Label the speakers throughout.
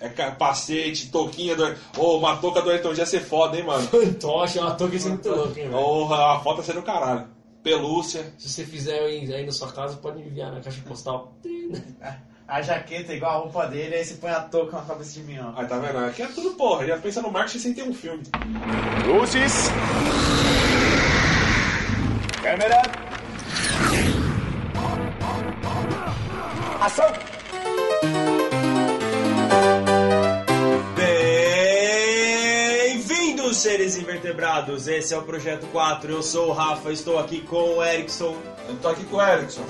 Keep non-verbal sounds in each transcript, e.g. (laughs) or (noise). Speaker 1: É capacete, touquinha do. Ô, uma touca do Ayrton Senna ia ser foda, hein, mano?
Speaker 2: Tocha, uma touca isso é muito louco, hein, velho.
Speaker 1: Porra, a foto ia ser do caralho. Pelúcia.
Speaker 2: Se você fizer aí, aí na sua casa, pode enviar na caixa postal.
Speaker 3: A jaqueta é igual a roupa dele, aí você põe a touca na cabeça de minhoca.
Speaker 1: Aí tá vendo? Aqui é tudo porra. Já pensa no marketing sem ter um filme.
Speaker 4: Luzes. Câmera. Ação.
Speaker 5: Bem-vindos, seres invertebrados! Esse é o Projeto 4. Eu sou o Rafa, estou aqui com o Erickson,
Speaker 1: Eu tô aqui com o Erickson.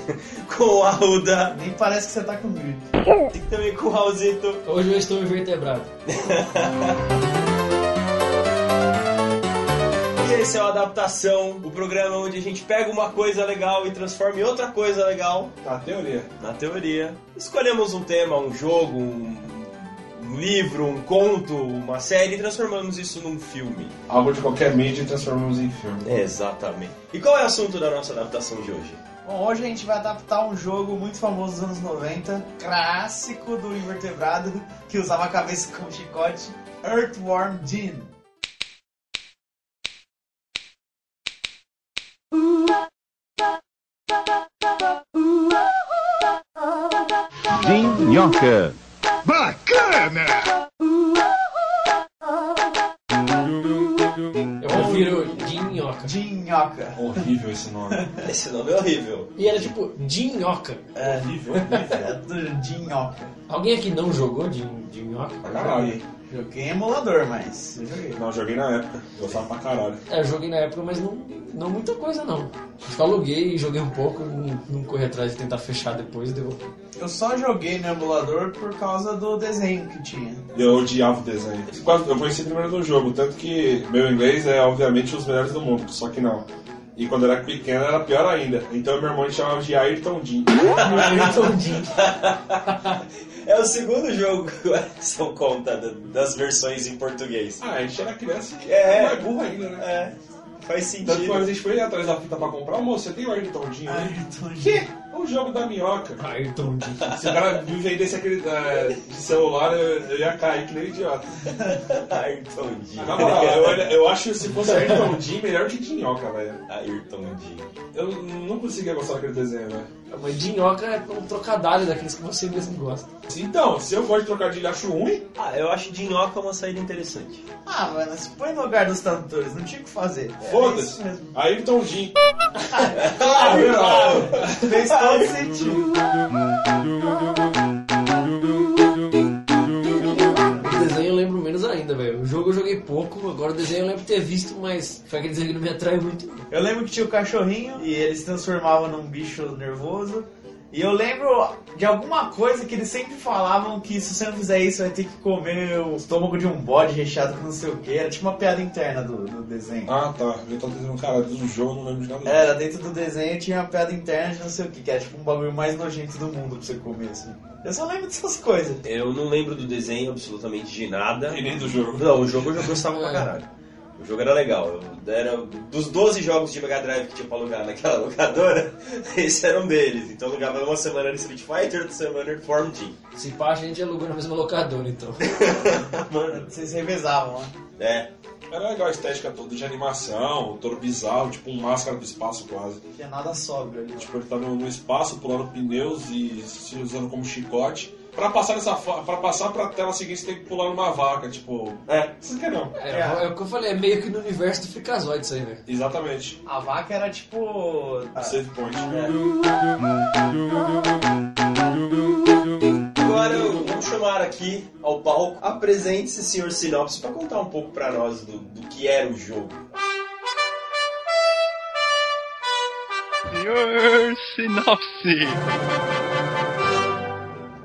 Speaker 5: com o Arruda
Speaker 3: Nem parece que você tá com gripe.
Speaker 5: e também com o Raulzito.
Speaker 2: Hoje eu estou invertebrado.
Speaker 5: E esse é o Adaptação, o programa onde a gente pega uma coisa legal e transforma em outra coisa legal.
Speaker 1: Na Tá, teoria.
Speaker 5: Na teoria, escolhemos um tema, um jogo, um, um livro, um conto, uma série e transformamos isso num filme.
Speaker 1: Algo de qualquer mídia e transformamos em filme.
Speaker 5: Exatamente. E qual é o assunto da nossa adaptação de hoje?
Speaker 3: Bom, hoje a gente vai adaptar um jogo muito famoso dos anos 90, clássico do invertebrado, que usava a cabeça como chicote, Earthworm Jim.
Speaker 4: Jim Nhoca.
Speaker 2: Eu prefiro dinhoca.
Speaker 3: Dinhoca.
Speaker 1: Horrível esse (laughs) nome.
Speaker 5: Esse nome é horrível.
Speaker 2: E era tipo, dinhoca.
Speaker 1: Horrível, horrível.
Speaker 3: É (laughs) do Dinhoca.
Speaker 2: Alguém aqui não jogou din- dinhoca?
Speaker 1: Pra caralho.
Speaker 3: Joguei em emulador, mas eu joguei.
Speaker 1: Não, joguei na época. Gostava pra caralho.
Speaker 2: É, eu joguei na época, mas não, não muita coisa não. Acho que eu aluguei e joguei um pouco, não, não corri atrás de tentar fechar depois, deu.
Speaker 3: Eu só joguei no emulador por causa do desenho que tinha.
Speaker 1: Eu odiava o desenho. Quase- Eu conheci primeiro do jogo, tanto que meu inglês é obviamente um dos melhores do mundo, só que não. E quando eu era pequeno era pior ainda. Então meu irmão me chamava de Ayrton (laughs) Dean.
Speaker 2: Ayrton Jim.
Speaker 5: É o segundo jogo que o Edson conta da- das versões em português.
Speaker 1: Ah, a gente era criança e
Speaker 5: É.
Speaker 1: mais burro ainda, né?
Speaker 5: É, faz
Speaker 1: Tanto que
Speaker 5: sentido.
Speaker 1: quando a gente foi atrás da fita pra comprar, moço, você tem o Ayrton Dean aí?
Speaker 3: Ayrton
Speaker 1: Que? O jogo da minhoca.
Speaker 2: Ayrton Jim.
Speaker 1: Se o cara me vendesse aquele eh, de celular, eu, eu ia cair que nem idiota.
Speaker 5: Ah, Ayrton Dean.
Speaker 1: Na
Speaker 5: (laughs)
Speaker 1: moral, eu, olha- eu acho que se fosse Ayrton Dean, melhor que Dinhoca, velho.
Speaker 5: Ayrton Dean.
Speaker 1: Eu não conseguia gostar daquele desenho, né? velho.
Speaker 2: Mas dinhoca é um trocadilho daqueles que você mesmo gosta.
Speaker 1: Então, se eu gosto de trocadilho e acho ruim,
Speaker 5: Ah, eu acho Dinhoca uma saída interessante.
Speaker 3: Ah, mano, se põe no lugar dos tradutores, não tinha o que fazer. É
Speaker 1: foda-se.
Speaker 3: isso mesmo. Ah,
Speaker 1: Ayrton Jim.
Speaker 3: Fez todo sentido.
Speaker 2: O desenho eu lembro menos ainda, velho. O jogo eu joguei pouco, agora o desenho eu lembro de ter visto, mas foi aquele desenho que não me atrai muito. não.
Speaker 3: Eu lembro que tinha o cachorrinho e ele se transformava num bicho nervoso. E eu lembro de alguma coisa que eles sempre falavam que se você não fizer isso, vai ter que comer o estômago de um bode recheado com não sei o que. Era tipo uma piada interna do, do desenho.
Speaker 1: Ah, tá. Eu tô dizendo, cara, do jogo eu não lembro de nada.
Speaker 3: Era, dentro do desenho tinha uma piada interna de não sei o que, que era tipo um bagulho mais nojento do mundo pra você comer, assim. Eu só lembro dessas coisas.
Speaker 5: Eu não lembro do desenho absolutamente de nada.
Speaker 1: E nem do jogo.
Speaker 5: Não, o jogo eu já gostava pra caralho. O jogo era legal. Eu- era dos 12 jogos de Mega Drive que tinha pra alugar naquela (laughs) locadora, esse era um deles. Então eu alugava uma semana era Street Fighter, outra semana era Form Team.
Speaker 2: Se pá, a gente alugou na mesma locadora,
Speaker 3: (laughs)
Speaker 2: então.
Speaker 5: Mano,
Speaker 3: Vocês revezavam, né?
Speaker 5: é.
Speaker 1: Era legal a estética toda de animação, todo bizarro, tipo um máscara do espaço quase.
Speaker 3: Tinha nada sobra ali.
Speaker 1: Tipo, ele tá no, no espaço, pulando pneus e se usando como chicote. Pra passar, nessa fa- pra passar pra tela seguinte, você tem que pular numa vaca, tipo...
Speaker 5: É.
Speaker 1: Vocês querem não?
Speaker 2: É, é o que eu falei, é meio que no universo do Frikazoid isso aí, velho.
Speaker 1: Exatamente.
Speaker 3: A vaca era tipo. a-
Speaker 1: Save point.
Speaker 5: Agora vamos chamar aqui ao palco. Apresente-se, senhor Sinopse, pra contar um pouco pra nós do, do que era o jogo.
Speaker 4: Senhor Sinopse.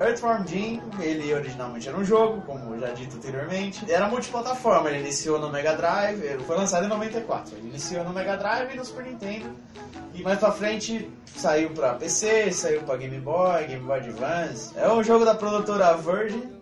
Speaker 3: Earthworm Jim, ele originalmente era um jogo, como já dito anteriormente. Era multiplataforma, ele iniciou no Mega Drive, ele foi lançado em 94. Ele iniciou no Mega Drive e no Super Nintendo. E mais pra frente saiu pra PC, saiu pra Game Boy, Game Boy Advance. É um jogo da produtora Virgin.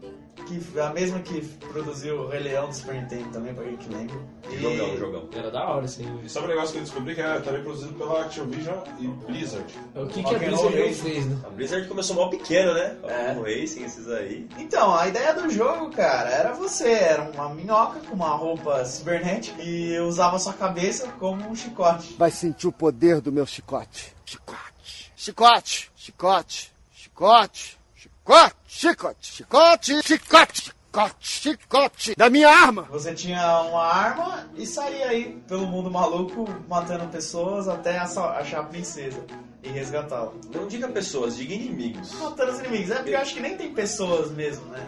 Speaker 3: que, a mesma que produziu o Rei Leão do Super Nintendo também, pra quem que lembra. E-
Speaker 5: Jogão, jogão.
Speaker 2: Era da hora
Speaker 3: assim,
Speaker 2: isso aí, velho.
Speaker 1: Sabe um negócio que eu descobri que era também produzido pela Activision e Blizzard.
Speaker 2: É O que, que a
Speaker 3: Rock'n'Roll
Speaker 2: Blizzard não
Speaker 3: Racing.
Speaker 2: fez, né?
Speaker 5: A Blizzard começou mal pequeno, né?
Speaker 3: É.
Speaker 5: O Racing, esses aí.
Speaker 3: Então, a ideia do jogo, cara, era você, era uma minhoca com uma roupa cibernética e usava sua cabeça como um chicote.
Speaker 6: vai sentir o poder do meu chicote. Chicote. Chicote. Chicote. Chicote. Chicote. Chicote. Chicote. Chicote. Chicote. Chicote. Da minha arma.
Speaker 3: Você tinha uma arma e saía aí pelo mundo maluco, matando pessoas até assa- achar a princesa e resgatá-la.
Speaker 5: Não diga pessoas, diga inimigos.
Speaker 3: Matando os inimigos. É porque eu acho que nem tem pessoas mesmo, né?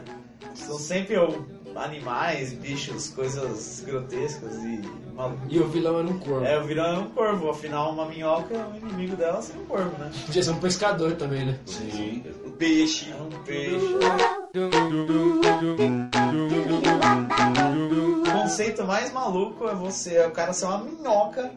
Speaker 3: São sempre ou, animais, bichos, coisas grotescas e malucas.
Speaker 2: E o vilão era um corvo.
Speaker 3: É, o vilão é um corvo, afinal uma minhoca, o inimigo dela seria um corvo, né?
Speaker 2: Podia ser um pescador também, né?
Speaker 1: Sim.
Speaker 5: Um peixe.
Speaker 3: É um peixe. O conceito mais maluco é você, é o cara ser uma minhoca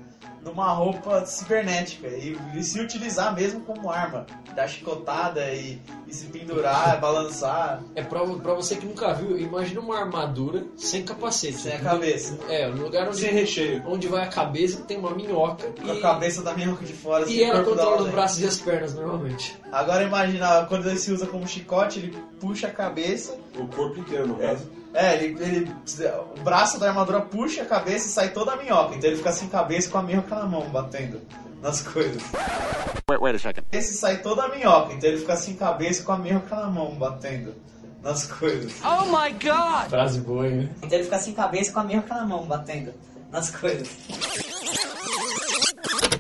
Speaker 3: numa roupa cibernética e, e se utilizar mesmo como arma. Dar chicotada e, e se pendurar, balançar
Speaker 2: É pra, pra você que nunca viu, imagina uma armadura sem capacete.
Speaker 3: sem a cabeça.
Speaker 2: É, no lugar onde,
Speaker 1: Sem recheio.
Speaker 2: onde vai a cabeça tem uma minhoca
Speaker 3: Com a
Speaker 2: e,
Speaker 3: cabeça da minhoca de fora,
Speaker 2: e
Speaker 3: sem o
Speaker 2: ela
Speaker 3: corpo da
Speaker 2: controla
Speaker 3: outra.
Speaker 2: os braços e as pernas normalmente.
Speaker 3: Agora imagina, quando ele se usa como chicote, ele puxa a cabeça
Speaker 1: O corpo inteiro, no caso.
Speaker 3: É, ele, ele- o braço da armadura puxa a cabeça e sai toda a minhoca. Então ele fica sem cabeça com a minhoca na mão, batendo nas coisas. Esse sai toda a minhoca. Então ele fica sem cabeça com a minhoca na mão, batendo nas coisas.
Speaker 2: Frase boa, hein? né?
Speaker 3: Então ele fica sem cabeça com a minhoca na mão, batendo nas coisas.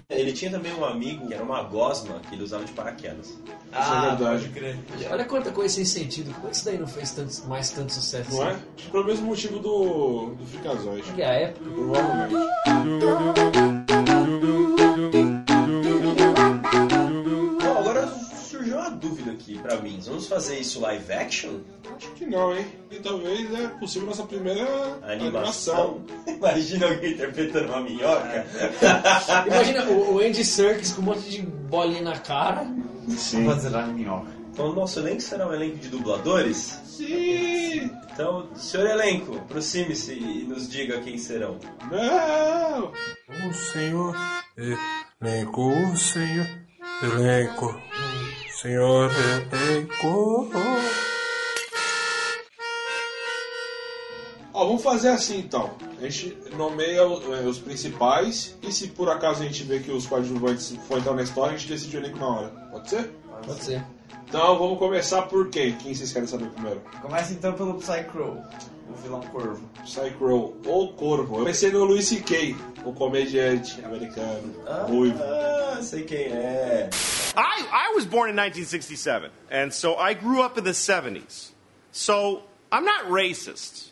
Speaker 5: Ele tinha também um amigo que era uma gosma que ele usava de paraquedas.
Speaker 1: é verdade.
Speaker 3: pode crer.
Speaker 2: Olha quanta coisa sem sentido. Como é que isso daí não fez tanto, mais tanto sucesso? assim?
Speaker 1: Não é? Pelo mesmo motivo do, do Frikazoid.
Speaker 2: Porque é a
Speaker 1: (laughs)
Speaker 2: época.
Speaker 1: Provavelmente.
Speaker 5: Bom, agora surgiu uma dúvida aqui pra mim. Vamos fazer isso live action?
Speaker 1: Acho que não, hein? E talvez é possível nossa primeira
Speaker 5: Animação?
Speaker 1: animação.
Speaker 5: (laughs) Imagina alguém interpretando uma
Speaker 3: É.
Speaker 5: minhoca.
Speaker 2: Imagina o, o Andy Serkis com um monte de bolinha na cara.
Speaker 1: Sim.
Speaker 3: Pode zerar a minhoca.
Speaker 5: (laughs) Então, nosso elenco será um elenco de dubladores?
Speaker 1: Sim!
Speaker 5: Então, senhor elenco, aproxime-se e nos diga quem serão.
Speaker 1: Não!
Speaker 7: O senhor elenco, o senhor elenco, senhor eh, elenco.
Speaker 1: Ó, vamos fazer assim então. A gente nomeia o- eh, os principais e se por acaso a gente vê que os coadjuvantes for entrar na história, a gente decide o elenco na hora. Pode ser?
Speaker 2: Pode ser.
Speaker 1: Então vamos começar por quem? Quem vocês querem saber primeiro?
Speaker 3: Começa então pelo Psycrow, o vilão corvo.
Speaker 1: Psychrow ou Corvo? Eu pensei no Luis C.K., o comediante americano, ruivo.
Speaker 5: Ah, sei quem é.
Speaker 8: I, I was born in 1967, and so I grew up in the 70s. So I'm not racist.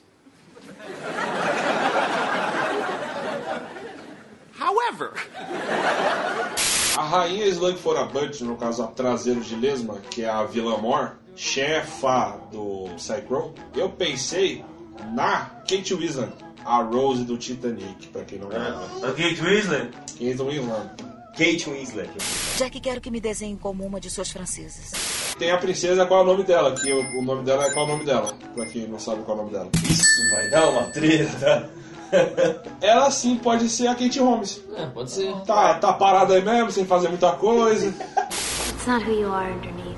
Speaker 8: However,
Speaker 1: A rainha Slug for a Bunch, no caso a traseiro de lesma, que é a vilã Mor, chefa do Psychrow, eu pensei na Kate Winslet, a Rose do Titanic, pra quem não lembra.
Speaker 5: Kate Winslet?
Speaker 1: Kate Winslet.
Speaker 5: Kate Winslet.
Speaker 9: Já que quero que me desenhe como uma de suas francesas.
Speaker 1: Tem a princesa, qual é o nome dela? Que o, o nome dela é qual é o nome dela? Pra quem não sabe qual é o nome dela.
Speaker 5: Isso vai dar uma treta. (laughs)
Speaker 1: Ela sim pode ser a Kate Holmes.
Speaker 2: É, pode ser.
Speaker 1: Tá, tá parada aí mesmo, sem fazer muita coisa.
Speaker 10: It's not who you are underneath.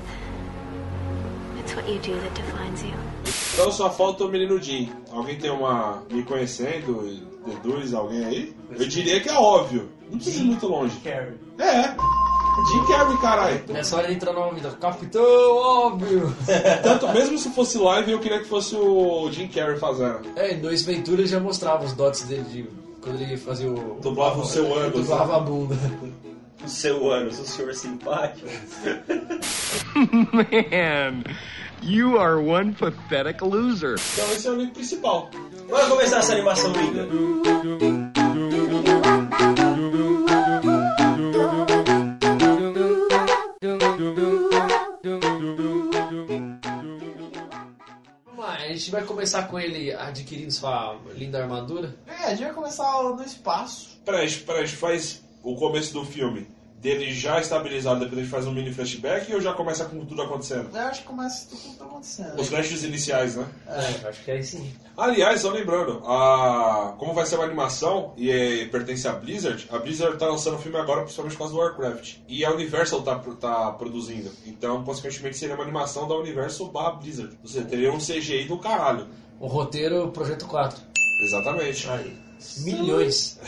Speaker 10: It's what you do that defines you.
Speaker 1: Então só falta o menino Jim. Alguém tem uma. me conhecendo e deduz alguém aí? Eu diria que é óbvio. Não precisa ir muito longe.
Speaker 3: Carrie.
Speaker 1: É. Jim Carrey, caralho.
Speaker 2: Nessa hora É ele entra no vida. Capitão,
Speaker 1: (laughs)
Speaker 2: óbvio!
Speaker 1: Tanto mesmo se fosse live, eu queria que fosse o Jim Carrey fazendo.
Speaker 2: É, em Dois Venturas já mostrava os dots dele de. Quando ele fazia o.
Speaker 1: Dublava o seu ângulo.
Speaker 2: Dublava a bunda.
Speaker 5: O seu ânus, o senhor simpático.
Speaker 4: (laughs) Man, you are one pathetic loser.
Speaker 1: Então esse é o link principal.
Speaker 5: Bora começar essa animação linda.
Speaker 2: Vamos lá, a gente vai começar com ele adquirindo sua linda armadura.
Speaker 3: É, a gente vai começar no espaço.
Speaker 1: Peraí, peraí, faz o começo do filme. dele já estabilizado, depois a gente faz um mini flashback ou já começa com tudo acontecendo?
Speaker 3: Eu acho que começa tudo tá acontecendo.
Speaker 1: Os flashes iniciais, né?
Speaker 2: É, acho que é isso aí.
Speaker 1: Aliás, só lembrando, a... como vai ser uma animação e é, pertence à Blizzard, a Blizzard tá lançando o filme agora principalmente por causa do Warcraft. E a Universal tá, pro- tá produzindo. Então, consequentemente, seria uma animação da Universal barra Blizzard. Você teria um CGI do caralho.
Speaker 2: O roteiro Projeto 4.
Speaker 1: Exatamente.
Speaker 2: Milhões.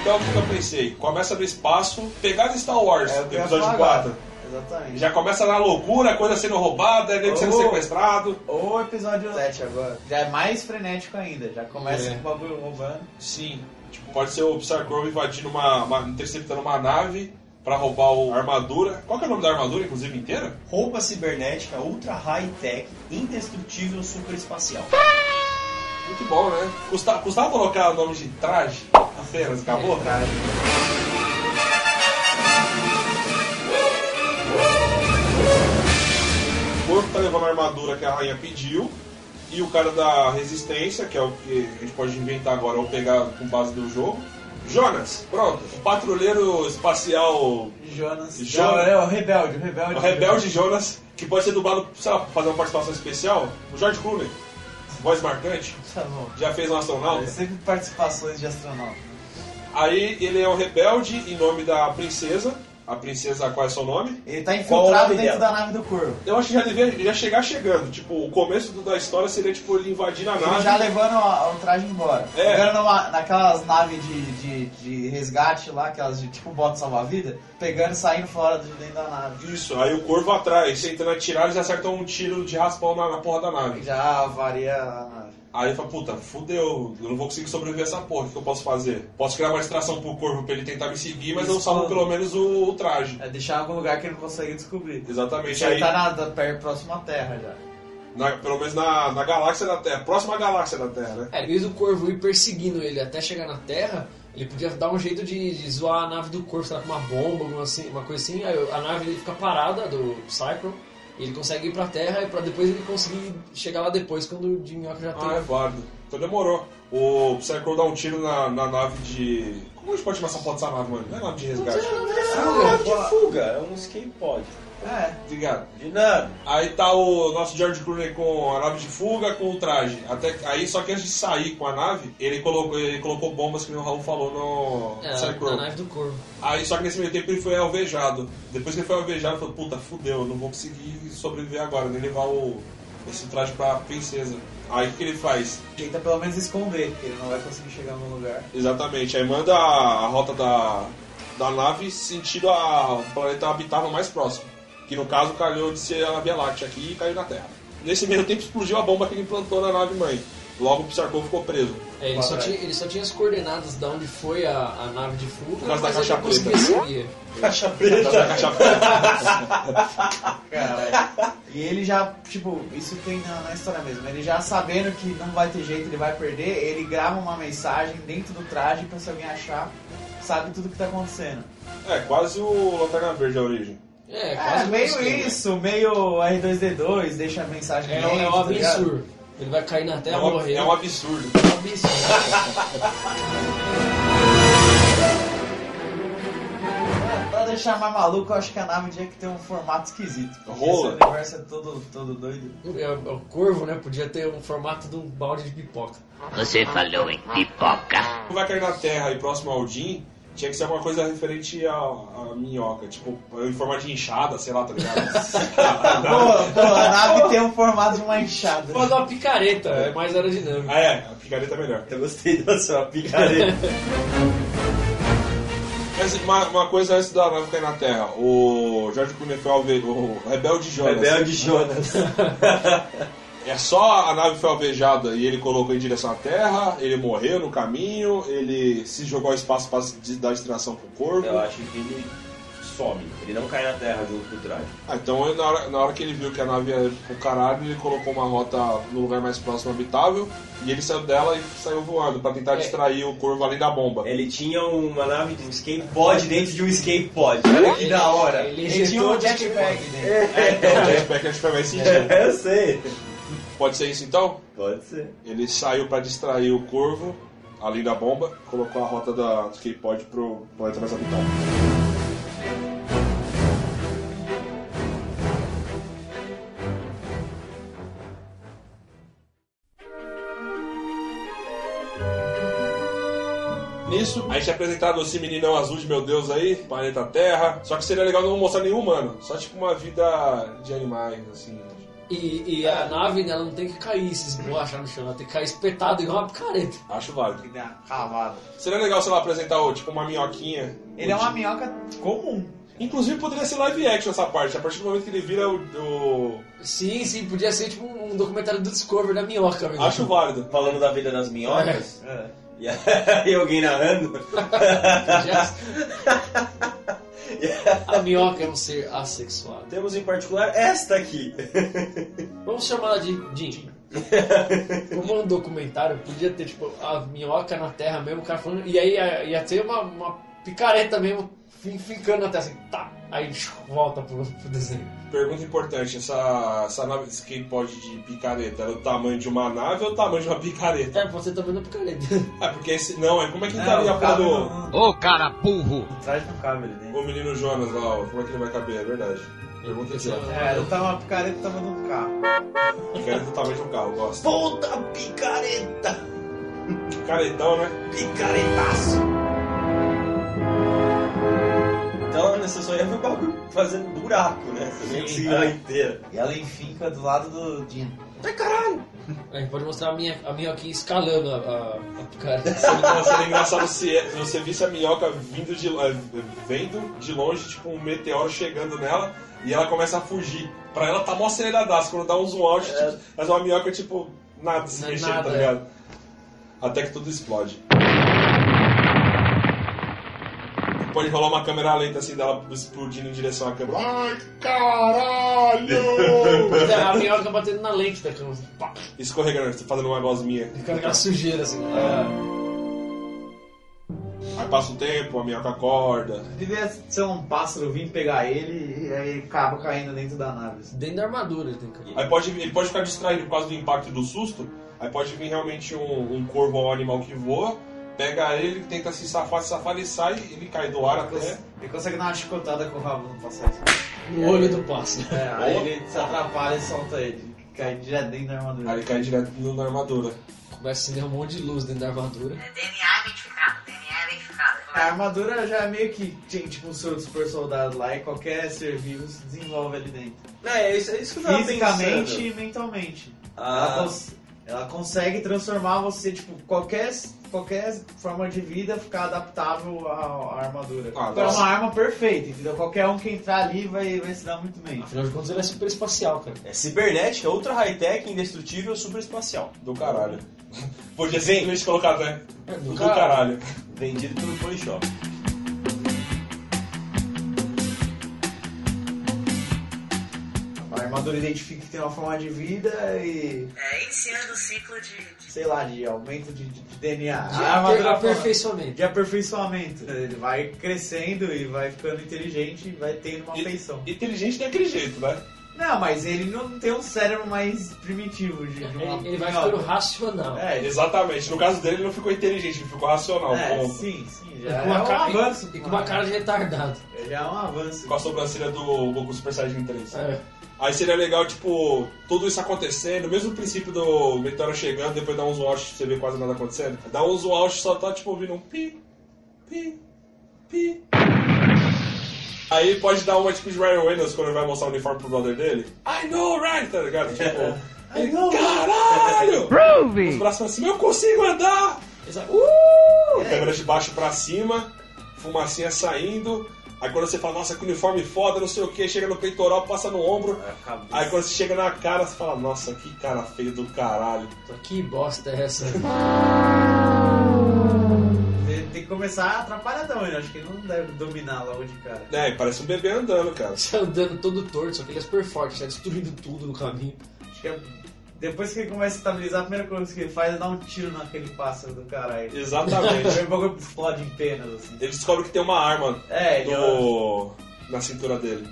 Speaker 1: Então, o que eu pensei? Começa no espaço, pegada Star Wars,
Speaker 3: É, eu
Speaker 1: do
Speaker 3: ia
Speaker 1: episódio
Speaker 3: falar
Speaker 1: 4.
Speaker 3: Exatamente.
Speaker 1: Já começa na loucura, coisa sendo roubada, nego sendo
Speaker 3: Oh.
Speaker 1: sequestrado.
Speaker 3: Ou o episódio 7 agora. Já é mais frenético ainda. Já começa
Speaker 2: É.
Speaker 3: com o bagulho roubando.
Speaker 1: Sim. Tipo, pode ser o Psycrow invadindo uma, uma- interceptando uma nave pra roubar o- a armadura. Qual que é o nome da armadura, inclusive, inteira?
Speaker 5: Roupa cibernética ultra high-tech, indestrutível super espacial.
Speaker 1: Muito bom, né? É, Custava, custava colocar o nome de traje apenas, acabou? O corpo tá levando a armadura que a rainha pediu. E o cara da resistência, que é o que a gente pode inventar agora ou pegar com base do jogo. Jonas, pronto. O patrulheiro espacial
Speaker 3: Jonas.
Speaker 1: Jonas.
Speaker 3: Não, é o rebelde, o rebelde.
Speaker 1: O Rebelde Jonas, que pode ser dublado, sei lá, fazer uma participação especial, o George Clooney, voz marcante,
Speaker 3: Tá bom.
Speaker 1: já fez um astronauta.
Speaker 3: É Sempre participações de astronauta.
Speaker 1: Aí ele é o rebelde em nome da princesa, a princesa qual é seu nome?
Speaker 3: Ele tá
Speaker 5: Qual o
Speaker 3: infiltrado
Speaker 5: nome
Speaker 3: dentro
Speaker 5: dela?
Speaker 3: da nave do corvo.
Speaker 1: Eu acho que já deveria já chegar chegando, tipo, o começo do- da história seria tipo ele invadindo a
Speaker 3: Ele já
Speaker 1: nave.
Speaker 3: levando a- o traje embora.
Speaker 1: É.
Speaker 3: Pegando numa- naquelas naves de, de, de resgate lá, aquelas de tipo bote salva-vida, pegando e saindo fora de dentro da nave.
Speaker 1: Isso, aí o corvo atrás, tentando atirar, eles acertam um tiro de raspão na, na porra da nave.
Speaker 3: Já varia a nave.
Speaker 1: Aí ele fala, puta, fudeu, eu não vou conseguir sobreviver a essa porra, o que eu posso fazer? Posso criar uma distração pro corvo pra ele tentar me seguir, mas eu salvo pelo menos o, o traje.
Speaker 3: É deixar em algum lugar que ele não consegue descobrir.
Speaker 1: Exatamente,
Speaker 3: Já
Speaker 1: aí
Speaker 3: tá na, da, per- próxima terra já.
Speaker 1: Na- pelo menos na, na galáxia da Terra, próxima galáxia da Terra, né?
Speaker 2: É, em vez do corvo ir perseguindo ele até chegar na Terra, ele podia dar um jeito de, de zoar a nave do corvo, sei lá, com uma bomba, alguma assim, uma coisa assim. Aí a nave dele fica parada do Cypher, e ele consegue ir pra Terra e pra depois ele conseguir chegar lá depois, quando o Minhoca já tem.
Speaker 1: Ah, é válido. Então demorou. O Psycho dá um tiro na, na nave de. Como a gente pode chamar essa foto dessa nave, mano? Não é nave de resgate.
Speaker 5: Ah, de fuga, é um escape pod.
Speaker 2: Ah,
Speaker 3: É,
Speaker 1: Obrigado.
Speaker 5: De nada.
Speaker 1: Aí tá o nosso George Clooney com a nave de fuga, com o traje. Até, aí, só que antes de sair com a nave, ele colocou, ele colocou bombas que nem o Raul falou no
Speaker 2: É,
Speaker 1: Psycho.
Speaker 2: na nave do corvo.
Speaker 1: Aí só que nesse meio tempo ele foi alvejado. Depois que ele foi alvejado, ele falou, puta, fudeu, eu não vou conseguir sobreviver agora, nem levar o, esse traje pra princesa. Aí o que que ele faz?
Speaker 3: tenta pelo menos esconder, porque ele não vai conseguir chegar no lugar.
Speaker 2: (laughs)
Speaker 1: Exatamente, aí manda a, a rota da, da nave sentido a- ao planeta habitável mais próximo. Que no caso calhou de ser a Via Láctea aqui e caiu na Terra. Nesse meio tempo explodiu a bomba que ele implantou na nave mãe. Logo o Psarkov ficou preso.
Speaker 2: É, ele, só tinha, ele só tinha as coordenadas de onde foi a, a nave de fuga,
Speaker 1: Por causa da
Speaker 2: mas ele
Speaker 1: caixa
Speaker 2: não conseguia
Speaker 1: preta.
Speaker 2: seguir.
Speaker 5: Caixa preta.
Speaker 1: Caixa preta.
Speaker 3: Caralho. e ele já, tipo, isso tem na, na história mesmo. Ele já sabendo que não vai ter jeito, ele vai perder, ele grava uma mensagem dentro do traje pra se alguém achar, sabe tudo que tá acontecendo.
Speaker 1: É, quase o Lanterna Verde a origem.
Speaker 2: É,
Speaker 3: É,
Speaker 2: quase
Speaker 3: meio
Speaker 2: conseguiu, né?
Speaker 3: isso, meio R2D2, deixa a mensagem
Speaker 2: É,
Speaker 3: dentro,
Speaker 2: é um
Speaker 3: tá ligado?
Speaker 2: absurdo. Ele vai cair na
Speaker 1: É
Speaker 2: Terra,
Speaker 1: um,
Speaker 2: morrer.
Speaker 1: é um absurdo.
Speaker 2: É um absurdo.
Speaker 3: Pra deixar mais maluco, eu acho que a nave tinha que ter um formato esquisito. Porque
Speaker 1: Rola.
Speaker 3: esse universo é todo, todo doido.
Speaker 2: É, é o corvo, né? Podia ter um formato de um balde de pipoca.
Speaker 11: Você falou em pipoca.
Speaker 1: Quando vai cair na Terra e próximo ao Jim, tinha que ser alguma coisa referente à, à minhoca, tipo, em forma de inchada, sei lá, tá ligado?
Speaker 3: (laughs) Pô, pô, a nave tem um formato de uma enxada.
Speaker 2: Pode dar uma picareta, é mais aerodinâmico.
Speaker 1: ah, é, a picareta é melhor.
Speaker 5: Eu gostei da sua (laughs) picareta.
Speaker 1: Mas uma, uma coisa antes da nave cair na Terra, o George Clooney foi alve... o Rebelde Jonas.
Speaker 5: Rebelde Jonas.
Speaker 1: É só a nave foi alvejada e ele colocou em direção à Terra, ele morreu no caminho, ele se jogou ao espaço para dar distração pro corvo.
Speaker 5: (laughs) Eu acho que ele some. Ele não cai na terra junto com o traje.
Speaker 1: Ah, então na hora, na hora que ele viu que a nave ia pro caralho, ele colocou uma rota no lugar mais próximo habitável e ele saiu dela e saiu voando pra tentar distrair o corvo além da bomba.
Speaker 5: Ele tinha uma nave de um escape pod dentro de um escape pod.
Speaker 3: Olha que da hora.
Speaker 5: É.
Speaker 2: Ele
Speaker 3: tinha
Speaker 5: um
Speaker 2: injetou
Speaker 3: um jetpack dentro.
Speaker 5: (laughs)
Speaker 1: É, então o jetpack é diferente.
Speaker 5: É, eu sei.
Speaker 1: Pode ser isso então?
Speaker 5: Pode ser.
Speaker 1: Ele saiu pra distrair o corvo, ali da bomba, colocou a rota da do K-Pod pro planeta mais habitado. Nisso, a gente é apresentado esse meninão azul de meu Deus aí, planeta Terra. Só que seria legal não mostrar nenhum humano, só tipo uma vida de animais, assim.
Speaker 2: E, e a nave, né, ela não tem que cair, se esborrachar no chão, ela tem que cair espetada igual uma picareta.
Speaker 1: Acho válido.
Speaker 3: Cavado.
Speaker 1: Seria legal, sei lá, apresentar o- tipo uma minhoquinha.
Speaker 3: Ele é
Speaker 1: O
Speaker 3: uma
Speaker 1: de-
Speaker 3: minhoca comum.
Speaker 1: Inclusive poderia ser live action essa parte, a partir do momento que ele vira o. o-
Speaker 2: Sim, sim, podia ser tipo um documentário do Discovery da minhoca mesmo.
Speaker 1: Acho válido.
Speaker 5: Falando da vida das minhocas, (laughs)
Speaker 3: É.
Speaker 5: e e alguém narrando.
Speaker 2: A minhoca é um ser assexuado.
Speaker 5: Temos em particular esta aqui. (laughs)
Speaker 2: Vamos chamar ela de (laughs) Jim. Como um documentário, podia ter tipo a minhoca na terra mesmo, o cara falando. E aí ia, ia ter uma, uma picareta mesmo fin- ficando até assim, tá. Aí volta pro, pro desenho.
Speaker 1: Pergunta importante: essa, essa nave de skateboard de picareta era o tamanho de uma nave ou o tamanho de uma picareta?
Speaker 2: É, você tá vendo a picareta.
Speaker 1: Ah, porque esse. Não, é como é que
Speaker 3: Não, tá
Speaker 1: estaria
Speaker 3: o
Speaker 1: a porra
Speaker 3: cabo
Speaker 1: do.
Speaker 3: não-
Speaker 4: Ô, Oh, cara burro!
Speaker 3: Traz pro cabo ele dentro.
Speaker 1: O menino Jonas lá, ó, como é que ele vai caber? É verdade. Pergunta aqui, ó.
Speaker 3: É, eu tava uma picareta tava no carro.
Speaker 1: Picareta do tamanho de um carro, gosto.
Speaker 5: Puta picareta!
Speaker 1: Picaretão, né?
Speaker 5: Picaretaço! Então a assessoria foi o bagulho
Speaker 3: (laughs)
Speaker 5: fazendo buraco, né? Você nem conseguiu ela inteira.
Speaker 3: E ela enfica do lado do Dino.
Speaker 2: A gente pode mostrar a, minha, a minhoquinha escalando a, a, a picareta. (laughs)
Speaker 1: Seria, seria engraçado se é- se você visse a minhoca vindo de, eh, vendo de longe, tipo um meteoro chegando nela, e ela começa a fugir. Pra ela tá mó aceleradaço, quando dá um zoom out, tipo, mas uma minhoca, tipo, nada se
Speaker 2: É. Não é
Speaker 1: mexendo,
Speaker 2: nada,
Speaker 1: tá
Speaker 2: é.
Speaker 1: ligado? Até que tudo explode. Pode rolar uma câmera lenta assim dela explodindo em direção à câmera. Ai, caralho!
Speaker 2: a minhoca batendo na lente da câmera. assim, Pá,
Speaker 1: Escorregando, fazendo uma gosminha.
Speaker 2: ficando aquela sujeira assim.
Speaker 1: Aí passa o tempo, a minhoca acorda.
Speaker 3: Devia ser um pássaro vindo pegar ele e aí ele acaba caindo dentro da nave. assim.
Speaker 2: É, Dentro da armadura ele tem que cair.
Speaker 1: Aí pode, ele pode ficar distraído por causa do impacto do susto. Aí pode vir realmente um, um corvo ou um animal que voa, pega ele, tenta se safar, se safar, ele sai, ele cai do ar até.
Speaker 3: Ele consegue dar uma chicotada com o rabo no passado.
Speaker 2: No olho do pássaro.
Speaker 3: É, aí ele se atrapalha e solta ele. Cai direto dentro da armadura.
Speaker 1: Aí ele cai direto no- na armadura.
Speaker 2: Começa a acender um monte de luz dentro da armadura.
Speaker 11: DNA identificado, DNA identificado.
Speaker 3: A armadura já é meio que tem tipo um soro de super soldado lá e qualquer ser vivo se desenvolve ali dentro.
Speaker 5: É, isso, é isso que eu tava
Speaker 3: Fisicamente
Speaker 5: pensando.
Speaker 3: e mentalmente.
Speaker 5: Ah.
Speaker 3: Ela, cons- ela consegue transformar você, tipo, qualquer, qualquer forma de vida ficar adaptável à, à armadura.
Speaker 1: Ah,
Speaker 3: então é
Speaker 1: nossa.
Speaker 3: uma arma perfeita, entendeu? Qualquer um que entrar ali vai, vai se dar muito bem.
Speaker 2: Afinal de contas ele é super espacial, cara.
Speaker 5: É cibernética, ultra high-tech, indestrutível, super espacial.
Speaker 1: Do caralho. (laughs) Podia simplesmente colocar até.
Speaker 2: É,
Speaker 1: Do,
Speaker 2: do
Speaker 1: caralho.
Speaker 5: Vendido pelo Polishop.
Speaker 3: A armadura identifica que tem uma forma de vida e,
Speaker 11: É, iniciando o ciclo de.
Speaker 3: sei lá, de aumento de, de- de DNA.
Speaker 2: De
Speaker 3: a armadura fala-
Speaker 2: aperfeiçoamento.
Speaker 3: de aperfeiçoamento. Ele vai crescendo e vai ficando inteligente e vai tendo uma
Speaker 1: E-
Speaker 3: feição.
Speaker 1: Inteligente daquele jeito, né?
Speaker 3: Não, mas ele não tem um cérebro mais primitivo de, de uma
Speaker 2: Ele, ele vai
Speaker 3: minhoca.
Speaker 2: ficando racional.
Speaker 3: É, ele-
Speaker 1: Exatamente. No caso dele, ele não ficou inteligente, ele ficou racional.
Speaker 3: é,
Speaker 1: ponto.
Speaker 3: sim, sim,
Speaker 2: E
Speaker 3: já
Speaker 2: com,
Speaker 3: é
Speaker 2: uma
Speaker 3: um
Speaker 2: cara,
Speaker 3: avanço.
Speaker 2: e, e com uma cara de retardado.
Speaker 3: Já é um avanço.
Speaker 1: Com a sobrancelha do Goku Super Saiyajin 3.
Speaker 2: É.
Speaker 1: Aí seria legal, tipo, tudo isso acontecendo, mesmo o princípio do meteoro chegando, depois dá um zoom out, você vê quase nada acontecendo. Dá um zoom out, só tá, tipo, ouvindo um pi, pi, pi. Aí pode dar uma, tipo, de Ryan Reynolds quando ele vai mostrar o uniforme pro brother dele. I know, right? Tá ligado? Tipo,
Speaker 3: (laughs) I know. (laughs)
Speaker 1: caralho! Os
Speaker 4: Groovy!
Speaker 1: braços pra cima, assim, eu consigo andar!
Speaker 2: Exa- Uh!
Speaker 1: A câmera de baixo pra cima, fumacinha saindo. Aí quando você fala, nossa, que uniforme foda, não sei o que, chega no peitoral, passa no ombro. Aí quando você chega na cara, você fala, nossa, que cara feio do caralho.
Speaker 2: Uh, que bosta é (laughs) essa?
Speaker 3: Ele tem que começar atrapalhadão, ele acho que ele não deve dominar logo de cara.
Speaker 1: É, e parece um bebê andando, cara. (laughs)
Speaker 2: Você Tá andando todo torto, só que ele é super forte, tá destruindo tudo no caminho.
Speaker 3: Acho que é- depois que ele começa a estabilizar, a primeira coisa que ele faz é dar um tiro naquele pássaro do caralho.
Speaker 1: Exatamente.
Speaker 3: O bagulho explode em penas, assim.
Speaker 1: Ele descobre que tem uma arma
Speaker 3: É, ele
Speaker 1: no... na cintura dele.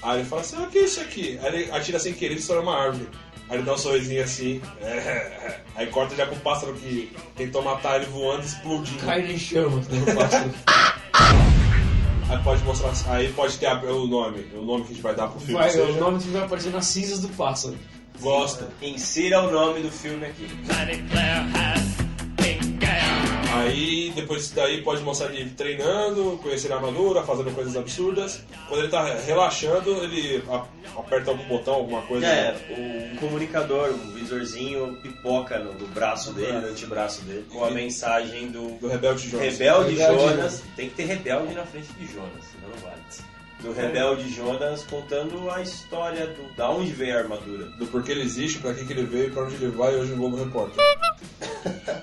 Speaker 1: Aí ele fala assim, ah, o que é isso aqui? Aí ele atira sem querer e estoura uma árvore. Aí ele dá um sorrisinho assim, (laughs) aí corta já com o pássaro que tentou matar ele voando e explodindo.
Speaker 2: Cai em chamas, né, o pássaro.
Speaker 1: Aí pode mostrar, aí pode ter a- o nome, o nome que a gente vai dar pro filme.
Speaker 2: (laughs) Vai, é
Speaker 1: seja,
Speaker 2: o nome do filme vai aparecer nas cinzas do pássaro.
Speaker 1: Gosta.
Speaker 5: Insira o nome do filme aqui.
Speaker 1: Aí, depois disso daí, pode mostrar ele treinando, conhecer a armadura, fazendo coisas absurdas. Quando ele tá relaxando, ele a- aperta algum botão, alguma coisa.
Speaker 5: É, o um comunicador, um visorzinho pipoca no, no braço dele, no antebraço dele, com a mensagem do,
Speaker 1: do Rebelde Jonas.
Speaker 5: Rebelde
Speaker 1: Rebelde
Speaker 5: Jonas. Tem que ter rebelde na frente de Jonas, senão não vale. Do Rebelde Jonas contando a história do, da onde veio a armadura.
Speaker 1: Do porquê ele existe, pra que, que ele veio, pra onde ele vai hoje no Globo Repórter.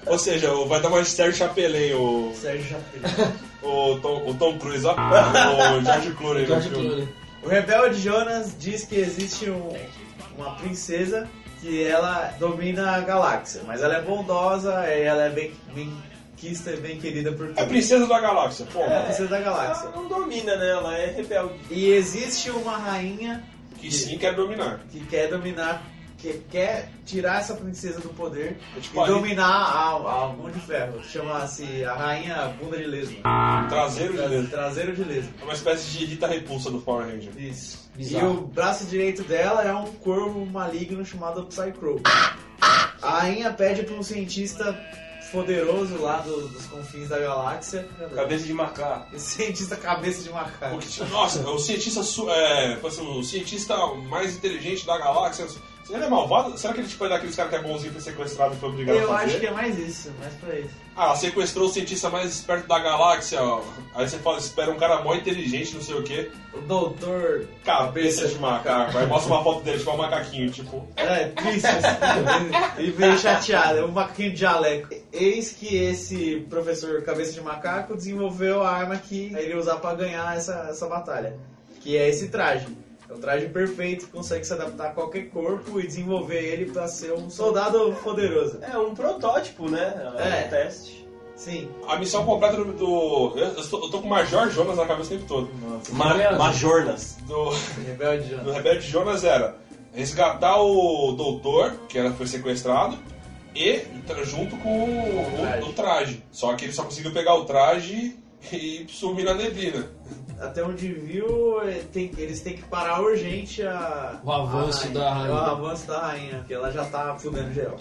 Speaker 1: Ou seja, o- vai dar uma de Sérgio Chapelin, o.
Speaker 3: Sérgio Chapelin.
Speaker 1: o, Tom, o Tom Cruise, ó. o George Clooney. no
Speaker 2: George
Speaker 1: filme.
Speaker 2: Clooney.
Speaker 3: O Rebelde Jonas diz que existe um- uma princesa que ela domina a galáxia, mas ela é bondosa, ela é bem, bem quista e bem querida por
Speaker 1: É a
Speaker 3: todos.
Speaker 1: princesa da galáxia, pô.
Speaker 3: É a princesa da galáxia.
Speaker 5: Ela não domina, né? Ela é rebelde.
Speaker 3: E existe uma rainha
Speaker 1: Que sim quer dominar.
Speaker 3: que quer dominar, que quer tirar essa princesa do poder
Speaker 1: É tipo
Speaker 3: e
Speaker 1: a
Speaker 3: dominar a, a Mão de Ferro. Chama-se a Rainha Bunda de Lesma.
Speaker 1: traseiro de dentro.
Speaker 3: Traseiro de Lesma.
Speaker 1: É uma espécie de Rita Repulsa do Power Ranger.
Speaker 3: Isso.
Speaker 2: Bizarro.
Speaker 3: E o braço direito dela é um corvo maligno chamado Psycrow. A rainha pede pra um cientista poderoso lá do- dos confins da galáxia.
Speaker 5: Cabeça de macaco.
Speaker 3: Esse (laughs) cientista cabeça de macaco.
Speaker 1: O que- Nossa, é o cientista su- é, tipo assim, o cientista mais inteligente da galáxia. Ele é malvado? Será que ele tipo, é daqueles caras que é bonzinho foi sequestrado e foi obrigado
Speaker 3: Eu
Speaker 1: a fazer?
Speaker 3: acho que é mais isso, mais pra isso.
Speaker 1: Ah, sequestrou o cientista mais esperto da galáxia. ó. Aí você fala, espera um cara mó inteligente, não sei o quê.
Speaker 3: O doutor...
Speaker 1: Cabeça de macaco. Aí mostra uma foto dele, tipo um macaquinho, tipo.
Speaker 3: É, triste. (laughs) assim. Ele veio chateado, é um macaquinho de jaleco. Eis que esse professor cabeça de macaco desenvolveu a arma que ele ia usar pra ganhar essa, essa batalha. Que é esse traje. É um traje perfeito que consegue se adaptar a qualquer corpo e desenvolver ele pra ser um soldado poderoso.
Speaker 5: É um protótipo, né? É,
Speaker 3: É.
Speaker 5: um teste.
Speaker 3: Sim.
Speaker 1: A missão completa do. do- eu, eu tô, eu tô com o Major Jonas na cabeça o tempo todo.
Speaker 5: Ma Majornas.
Speaker 1: Do,
Speaker 3: Rebelde Jonas.
Speaker 1: do Rebelde Jonas era resgatar o doutor, que era, foi sequestrado, e tra- junto com o, o- o traje. Só que ele só conseguiu pegar o traje e sumir na neblina.
Speaker 3: Até onde viu, eh, tem- eles têm que parar urgente a,
Speaker 2: O avanço
Speaker 3: a
Speaker 2: da rainha.
Speaker 3: O avanço da rainha, porque ela já tá fudendo geral.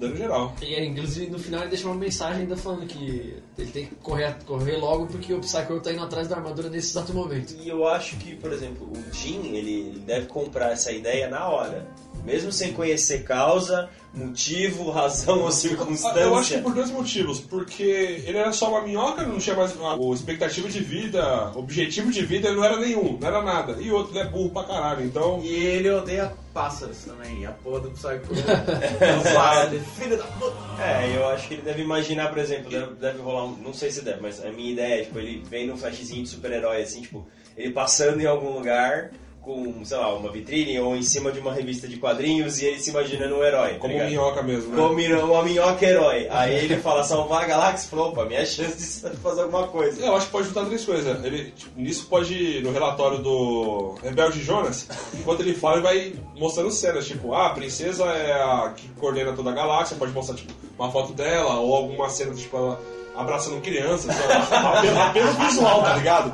Speaker 1: Dano geral.
Speaker 2: E aí, inclusive, no final ele deixa uma mensagem ainda falando que ele tem que correr, correr logo porque o Psycho tá indo atrás da armadura nesse exato momento.
Speaker 5: E eu acho que, por exemplo, o Jim, ele, ele deve comprar essa ideia na hora. Mesmo sem conhecer causa, motivo, (laughs) razão ou circunstância.
Speaker 1: Ah, Eu acho que por dois motivos. Porque ele era só uma minhoca, não tinha mais a o expectativa de vida, objetivo de vida, ele não era nenhum, não era nada. E outro, ele é burro pra caralho. Então,
Speaker 3: E ele odeia pássaros também, e a porra do Psycho. É um Cansado, filho da puta.
Speaker 5: É, eu acho que ele deve imaginar, por exemplo, deve, deve rolar um. Não sei se deve, mas a minha ideia é, tipo, ele vem num flashzinho de super-herói, assim, tipo, ele passando em algum lugar com, sei lá, uma vitrine ou em cima de uma revista de quadrinhos e ele se imaginando um herói. tá
Speaker 1: como
Speaker 5: ligado?
Speaker 1: minhoca mesmo, né?
Speaker 5: Como um minho- uma minhoca herói. Aí ele fala, salvar a galáxia, e falou, opa, minha chance de (laughs) fazer alguma coisa.
Speaker 1: Eu acho que pode juntar três coisas. Ele, tipo, nisso pode, no relatório do Rebelde Jonas, enquanto ele fala, ele vai mostrando cenas, tipo, ah, a princesa é a que coordena toda a galáxia, pode mostrar, tipo, uma foto dela, ou alguma cena, tipo, ela abraçando crianças, (laughs) sei lá. Pelo- pelo visual, tá ligado?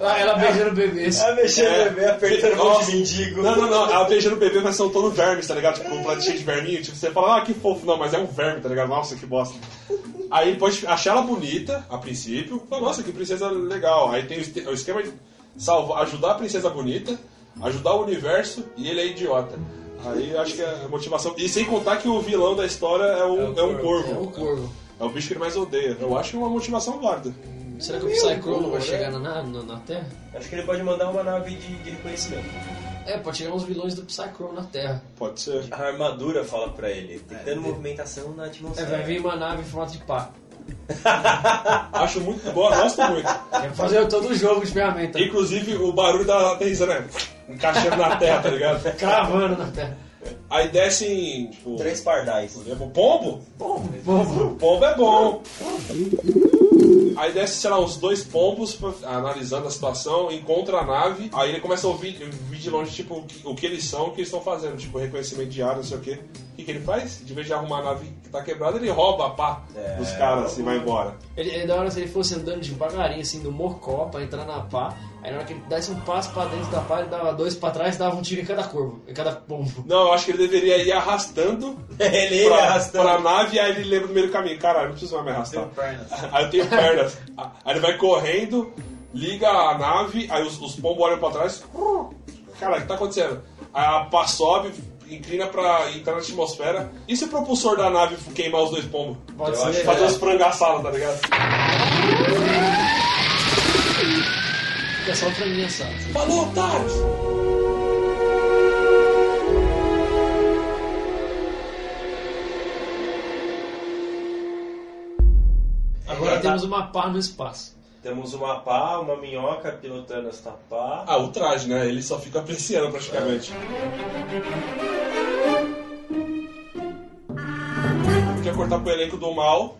Speaker 2: Ah, ela beijando bebês.
Speaker 3: Ah,
Speaker 5: Aí mexendo
Speaker 1: É.
Speaker 5: o bebê, apertando a mão
Speaker 1: Nossa.
Speaker 5: de mendigo.
Speaker 1: Não, não, não. Ela beijando o bebê, mas são todos vermes, tá ligado? Tipo, um prato cheio de verminho. Tipo, você fala, ah, que fofo. Não, mas é um verme, tá ligado? Nossa, que bosta. Aí pode achar ela bonita, a princípio. Fala, nossa, que princesa legal. Aí tem o este- o esquema de salvar, ajudar a princesa bonita, ajudar o universo, e ele é idiota. Aí eu acho que é a motivação. E sem contar que o vilão da história é, um, é, um corvo.
Speaker 2: É um corvo.
Speaker 1: É o bicho que ele mais odeia. Eu acho uma motivação válida.
Speaker 2: Será que o Psycho não
Speaker 5: corvo,
Speaker 2: vai
Speaker 5: né?
Speaker 2: chegar na, na, na Terra?
Speaker 5: Acho que ele pode mandar uma nave de, de reconhecimento.
Speaker 2: É, pode chegar uns vilões do Psycho na Terra.
Speaker 1: Pode ser.
Speaker 5: A armadura fala pra ele,
Speaker 3: É,
Speaker 5: tentando movimentação na
Speaker 2: É,
Speaker 5: atmosfera.
Speaker 2: vai vir uma nave em formato de pá.
Speaker 1: Acho muito boa, gosto muito.
Speaker 2: Vai (laughs) fazer todo o jogo de ferramenta.
Speaker 1: Tá. Inclusive o barulho da aterrissando né? encaixando na terra, tá ligado?
Speaker 2: Cravando na Terra.
Speaker 1: Aí descem, tipo,
Speaker 5: Três pardais.
Speaker 1: leva o pombo? Pombo. Pombo é bom. Aí desce, sei lá, uns dois pombos pra- analisando a situação, encontra a nave, aí ele começa a ouvir, ouvir de longe, tipo, o que, o que eles são, o que eles estão fazendo, tipo, reconhecimento diário, não sei o quê. O que, que ele faz? De vez de arrumar a nave que tá quebrada, ele rouba a pá dos caras e vai embora.
Speaker 2: Ele, ele, da hora se ele fosse andando devagarinho, assim, do mocó pra entrar na pá. Aí na hora que ele desse um passo pra dentro da pá, ele dava dois pra trás e dava um tiro em cada corvo, em cada pombo.
Speaker 1: Não, eu acho que ele deveria ir arrastando
Speaker 5: Ele ia
Speaker 1: pra,
Speaker 5: arrastando.
Speaker 1: pra nave, aí ele lembra do meio do caminho. Caralho, não preciso mais me arrastar. (laughs) Aí eu tenho pernas. aí ele vai correndo, liga a nave, aí os, os pombos olham pra trás. "Uh, Caralho, o que tá acontecendo? Aí a pá sobe, inclina pra entrar na atmosfera. E se o propulsor da nave queimar os dois pombos?
Speaker 2: Pode
Speaker 1: Eu
Speaker 2: ser,
Speaker 1: acho que é.
Speaker 2: cara.
Speaker 1: Fazer uns frangaçados, tá ligado?
Speaker 2: É só pra mim, sabe?
Speaker 1: Falou, otários!
Speaker 2: Agora
Speaker 5: Agora
Speaker 2: temos uma pá no espaço.
Speaker 5: Temos uma pá, uma minhoca pilotando esta pá.
Speaker 1: Ah, o traje, né? Ele só fica apreciando praticamente. Quer cortar pro elenco do mal,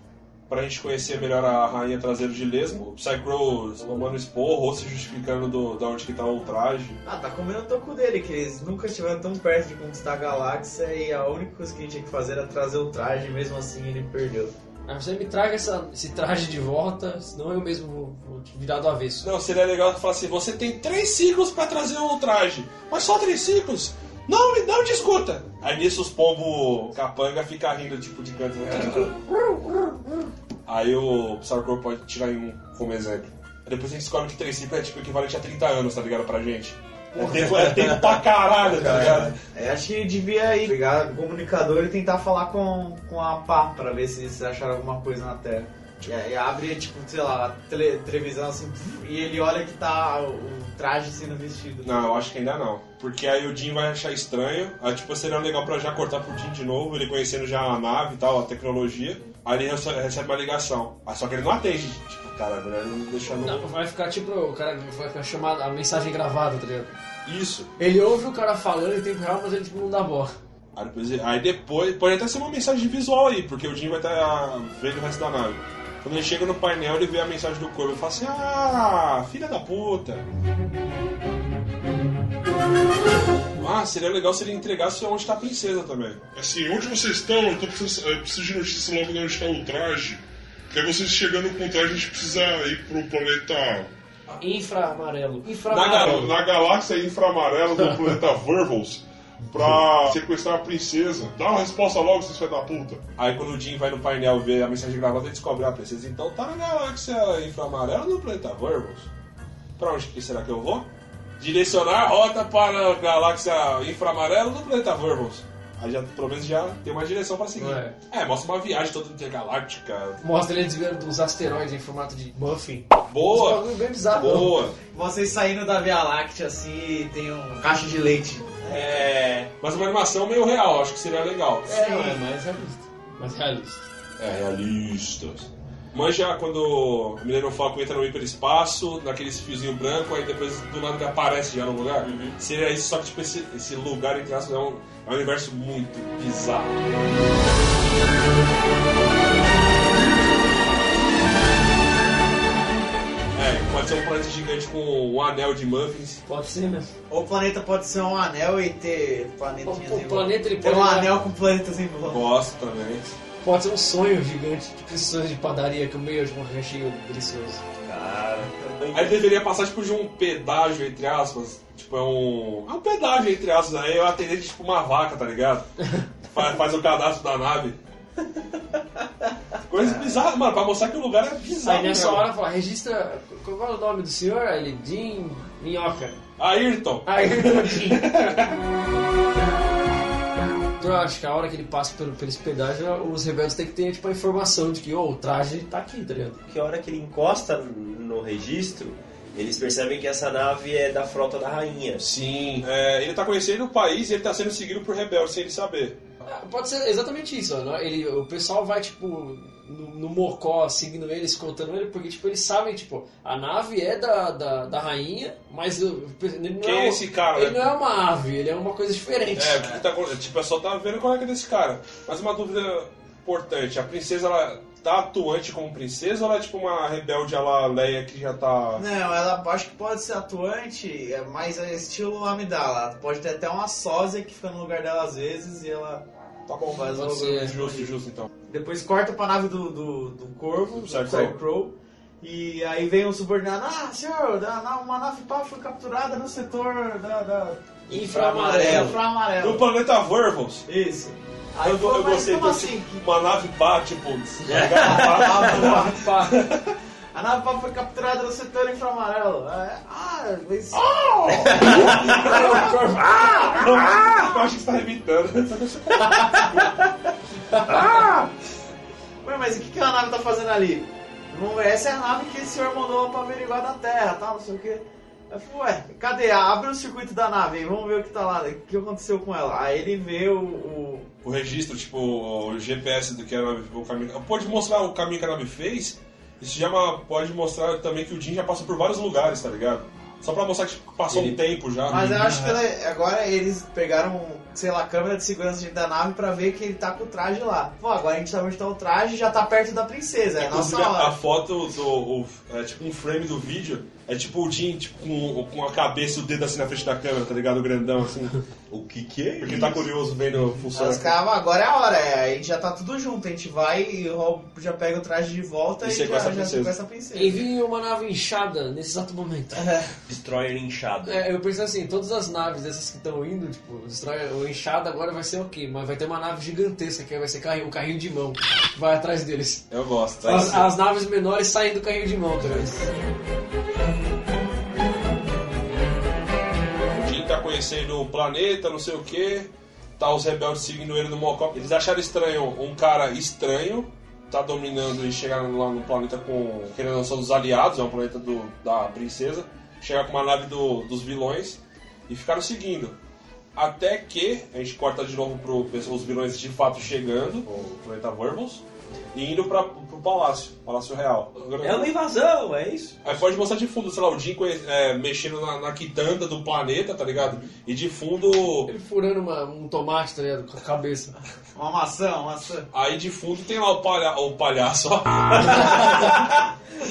Speaker 1: pra gente conhecer melhor a rainha traseiro de lesmo. O Psycrow tomando esporro ou se justificando do, da onde que tá o traje.
Speaker 3: Ah, tá comendo o toco dele, que eles nunca estiveram tão perto de conquistar a galáxia e a única coisa que a gente tinha que fazer era trazer o traje, e mesmo assim ele perdeu.
Speaker 2: Aí você me traga essa- esse traje de volta, senão eu mesmo vou, vou te virar do avesso.
Speaker 1: Não, seria legal falar assim: você tem três ciclos pra trazer o traje, mas só três ciclos? Não, me- não discuta! Aí nisso os pombo capanga fica rindo, tipo, de canto. né? Aí o Sarkor pode tirar em um como exemplo. Aí Depois a gente descobre que três ciclos é tipo equivalente a 30 anos, tá ligado? Pra gente. É tempo, é tempo pra caralho, tá ligado?
Speaker 3: É, acho que devia ir pegar o comunicador e tentar falar com, com a pá pra ver se eles acharam alguma coisa na Terra. E aí abre, tipo, sei lá, a tele, televisão assim, e ele olha que tá o, o traje sendo vestido.
Speaker 1: Não, eu acho que ainda não. Porque aí o Jim vai achar estranho. Aí, tipo, seria legal pra já cortar pro Jim de novo, ele conhecendo já a nave e tal, a tecnologia. Aí ele rece- recebe uma ligação. Aí só que ele não atende. Tipo, cara, melhor não deixar no.
Speaker 2: Não, vai ficar tipo, o cara vai ficar chamado, a mensagem gravada, tá ligado?
Speaker 1: Isso.
Speaker 2: Ele ouve o cara falando em tempo real, mas ele tipo, não dá bola.
Speaker 1: Aí depois, ele- aí depois- pode até ser uma mensagem visual aí, porque o Jim vai estar vendo o resto da nave. Quando ele chega no painel, ele vê a mensagem do corvo e fala assim: Ah, filha da puta. Ah, seria legal se ele entregasse onde está a princesa também.
Speaker 12: Assim, onde vocês estão? Eu, tô precisando, eu preciso de notícia logo de onde está o traje. Porque vocês chegando com o traje, a gente precisa ir pro planeta. Na,
Speaker 2: Infra-amarelo.
Speaker 12: gal-
Speaker 2: Infra-amarelo.
Speaker 12: na galáxia inframarela do
Speaker 1: (laughs)
Speaker 12: planeta Vervals pra sequestrar a princesa. Dá uma resposta logo, vocês filhos da puta.
Speaker 1: Aí quando o Jim vai no painel ver a mensagem gravada, ele descobre a princesa. Então tá na galáxia inframarela no planeta Verbos. Pra onde que será que eu vou? Direcionar a rota para a galáxia inframarela no planeta Verbos. Aí já, pelo menos já tem uma direção pra seguir.
Speaker 2: É.
Speaker 1: É, mostra uma viagem toda intergaláctica.
Speaker 2: Mostra ele desviando dos asteroides em formato de muffin.
Speaker 1: Boa.
Speaker 2: Esse bagulho é bem bizarro.
Speaker 1: Boa!
Speaker 3: Vocês saindo da Via Láctea assim e tem um caixa de leite.
Speaker 1: É. Mas uma animação meio real, acho que seria legal.
Speaker 2: É, não é mais realista. Mais realista.
Speaker 1: É, realistas. Manja quando o Millennium Falcon entra no hiperespaço, naqueles fiozinho branco, aí depois do lado ele aparece já no lugar. Seria isso, só que tipo, esse, esse lugar, entre aspas, é um, é um universo muito bizarro. É, pode ser um planeta gigante com um anel de muffins.
Speaker 2: Pode ser né? mesmo.
Speaker 3: Ou o planeta pode ser um anel e ter
Speaker 2: O,
Speaker 3: planetinhas
Speaker 2: o
Speaker 3: em volta.
Speaker 2: planeta ele
Speaker 3: Tem
Speaker 2: pode,
Speaker 3: um anel com planetas em volta.
Speaker 1: Gosto também.
Speaker 2: pode ser um sonho gigante, tipo esse sonho de padaria que o meio de um recheio delicioso.
Speaker 1: Aí deveria passar tipo de um pedágio, entre aspas. Tipo, é um. É um pedágio, entre aspas. Aí eu atendente tipo uma vaca, tá
Speaker 2: (laughs)
Speaker 1: ligado? faz, faz o cadastro da nave. Coisa bizarra, mano, pra mostrar que o lugar é bizarro.
Speaker 2: Aí nessa
Speaker 1: mesmo.
Speaker 2: hora fala, registra. Qual qual é o nome do senhor? Aí Ele Jim Minhoca.
Speaker 1: Ayrton.
Speaker 2: Aí Jim. Então, Eu acho que a hora que ele passa pelo, pelo hospedagem, os rebeldes têm que ter tipo, a informação de que "Ô, o traje tá aqui, tá ligado?
Speaker 5: Que a hora que ele encosta no registro, eles percebem que essa nave é da frota da rainha.
Speaker 1: Sim. É, ele tá conhecendo o país e ele tá sendo seguido por rebeldes sem ele saber.
Speaker 2: Ah, Pode ser exatamente isso, né? Ele, o pessoal vai, tipo, no, no mocó, seguindo ele, escoltando ele, porque, tipo, eles sabem, tipo, a nave é da, da, da rainha, mas o- ele não
Speaker 1: Quem é
Speaker 2: é, o-
Speaker 1: esse cara,
Speaker 2: Ele
Speaker 1: né?
Speaker 2: não é uma ave, ele é uma coisa diferente.
Speaker 1: É, o que, que tá acontecendo? Tipo, o pessoal tá vendo qual é que é desse cara. Mas uma dúvida importante: a princesa ela tá atuante como princesa ou ela é tipo uma rebelde à la Leia que já tá.
Speaker 3: Não, ela acho que pode ser atuante, é, mas é estilo Amidala. Ela Pode ter até uma sósia que fica no lugar dela às vezes e ela.
Speaker 1: Tá bom,
Speaker 3: faz
Speaker 1: pode
Speaker 3: o-
Speaker 2: é,
Speaker 1: ser. Justo, justo então.
Speaker 3: Depois corta pra nave do, do, do corvo, do
Speaker 1: Certo.
Speaker 3: Crow Crow. E aí vem um subordinado, ah, senhor, da- na- uma nave pá foi capturada no setor da. da...
Speaker 2: (laughs)
Speaker 1: Inframarelo.
Speaker 3: Inframarelo.
Speaker 1: Do planeta Vervals.
Speaker 3: Isso. Aí
Speaker 1: Eu,
Speaker 3: falou,
Speaker 1: eu
Speaker 3: mas
Speaker 1: gostei
Speaker 3: como
Speaker 1: do
Speaker 3: assim?
Speaker 1: tipo, uma nave pá, tipo. tá
Speaker 3: A nave pá. A nave pá foi capturada no setor inframarelo. É, Ah, mas.
Speaker 1: Eu acho que você tá evitando.
Speaker 3: Ué, mas o que, que a nave tá fazendo ali? Não, essa é a nave que o senhor mandou pra averiguar da Terra, tal, não sei o quê. Eu falei, ué, cadê? Abre o circuito da nave aí, vamos ver o que tá lá, o que aconteceu com ela. Aí ele vê o. o-
Speaker 1: (laughs) o registro, tipo, o GPS do que a nave, o caminho. Pode mostrar o caminho que a nave fez. Isso já é uma- pode mostrar também que o Jim já passou por vários lugares, tá ligado? Só pra mostrar que tipo, passou um tempo já.
Speaker 3: Mas eu acho que ela- agora eles pegaram, sei lá, a câmera de segurança da nave pra ver que ele tá com o traje lá. Pô, agora a gente sabe onde tá o traje já tá perto da princesa, é a nossa
Speaker 1: Inclusive, a, a
Speaker 3: hora.
Speaker 1: foto do. o- é tipo um frame do vídeo. É tipo o Jim, tipo, com, com a cabeça e o dedo assim na frente da câmera, tá ligado? Grandão, assim.
Speaker 5: (laughs) o que que é?
Speaker 1: Porque tá curioso vendo funcionar.
Speaker 3: Os caras, agora é a hora, é, a gente já tá tudo junto, a gente vai e rouba- já pega o traje de volta
Speaker 1: E
Speaker 3: e,
Speaker 1: sequestra
Speaker 3: já,
Speaker 1: a
Speaker 3: já
Speaker 1: princesa.
Speaker 3: sequestra a princesa.
Speaker 2: Envie uma nave inchada nesse exato momento.
Speaker 5: Destroyer inchado.
Speaker 2: É, eu pensei assim, todas as naves dessas que estão indo, tipo, destrói o enxada agora vai ser o quê? Mas vai ter uma nave gigantesca que vai ser carrinho, o carrinho de mão. Vai atrás deles.
Speaker 1: Eu gosto.
Speaker 2: As, as naves menores saem do carrinho de mão, tá ligado?
Speaker 1: O Jim tá conhecendo o planeta, não sei o que. Tá os rebeldes seguindo ele no Mocop. Eles acharam estranho um cara estranho tá dominando e chegar lá no planeta com. Querendo são dos aliados, é um planeta do, da princesa. Chegar com uma nave do- dos vilões e ficaram seguindo. Até que a gente corta de novo pro os vilões de fato chegando, o planeta Verbals, e indo pra, pro palácio, Palácio Real.
Speaker 5: É uma invasão, é isso?
Speaker 1: Aí pode mostrar de fundo, sei lá, o Jim conhe- é, mexendo na, na quitanda do planeta, tá ligado? E de fundo.
Speaker 2: Ele furando uma- um tomate, tá ligado? Com a cabeça.
Speaker 3: Uma maçã, uma maçã.
Speaker 1: Aí de fundo tem lá o, palha o palhaço, ó.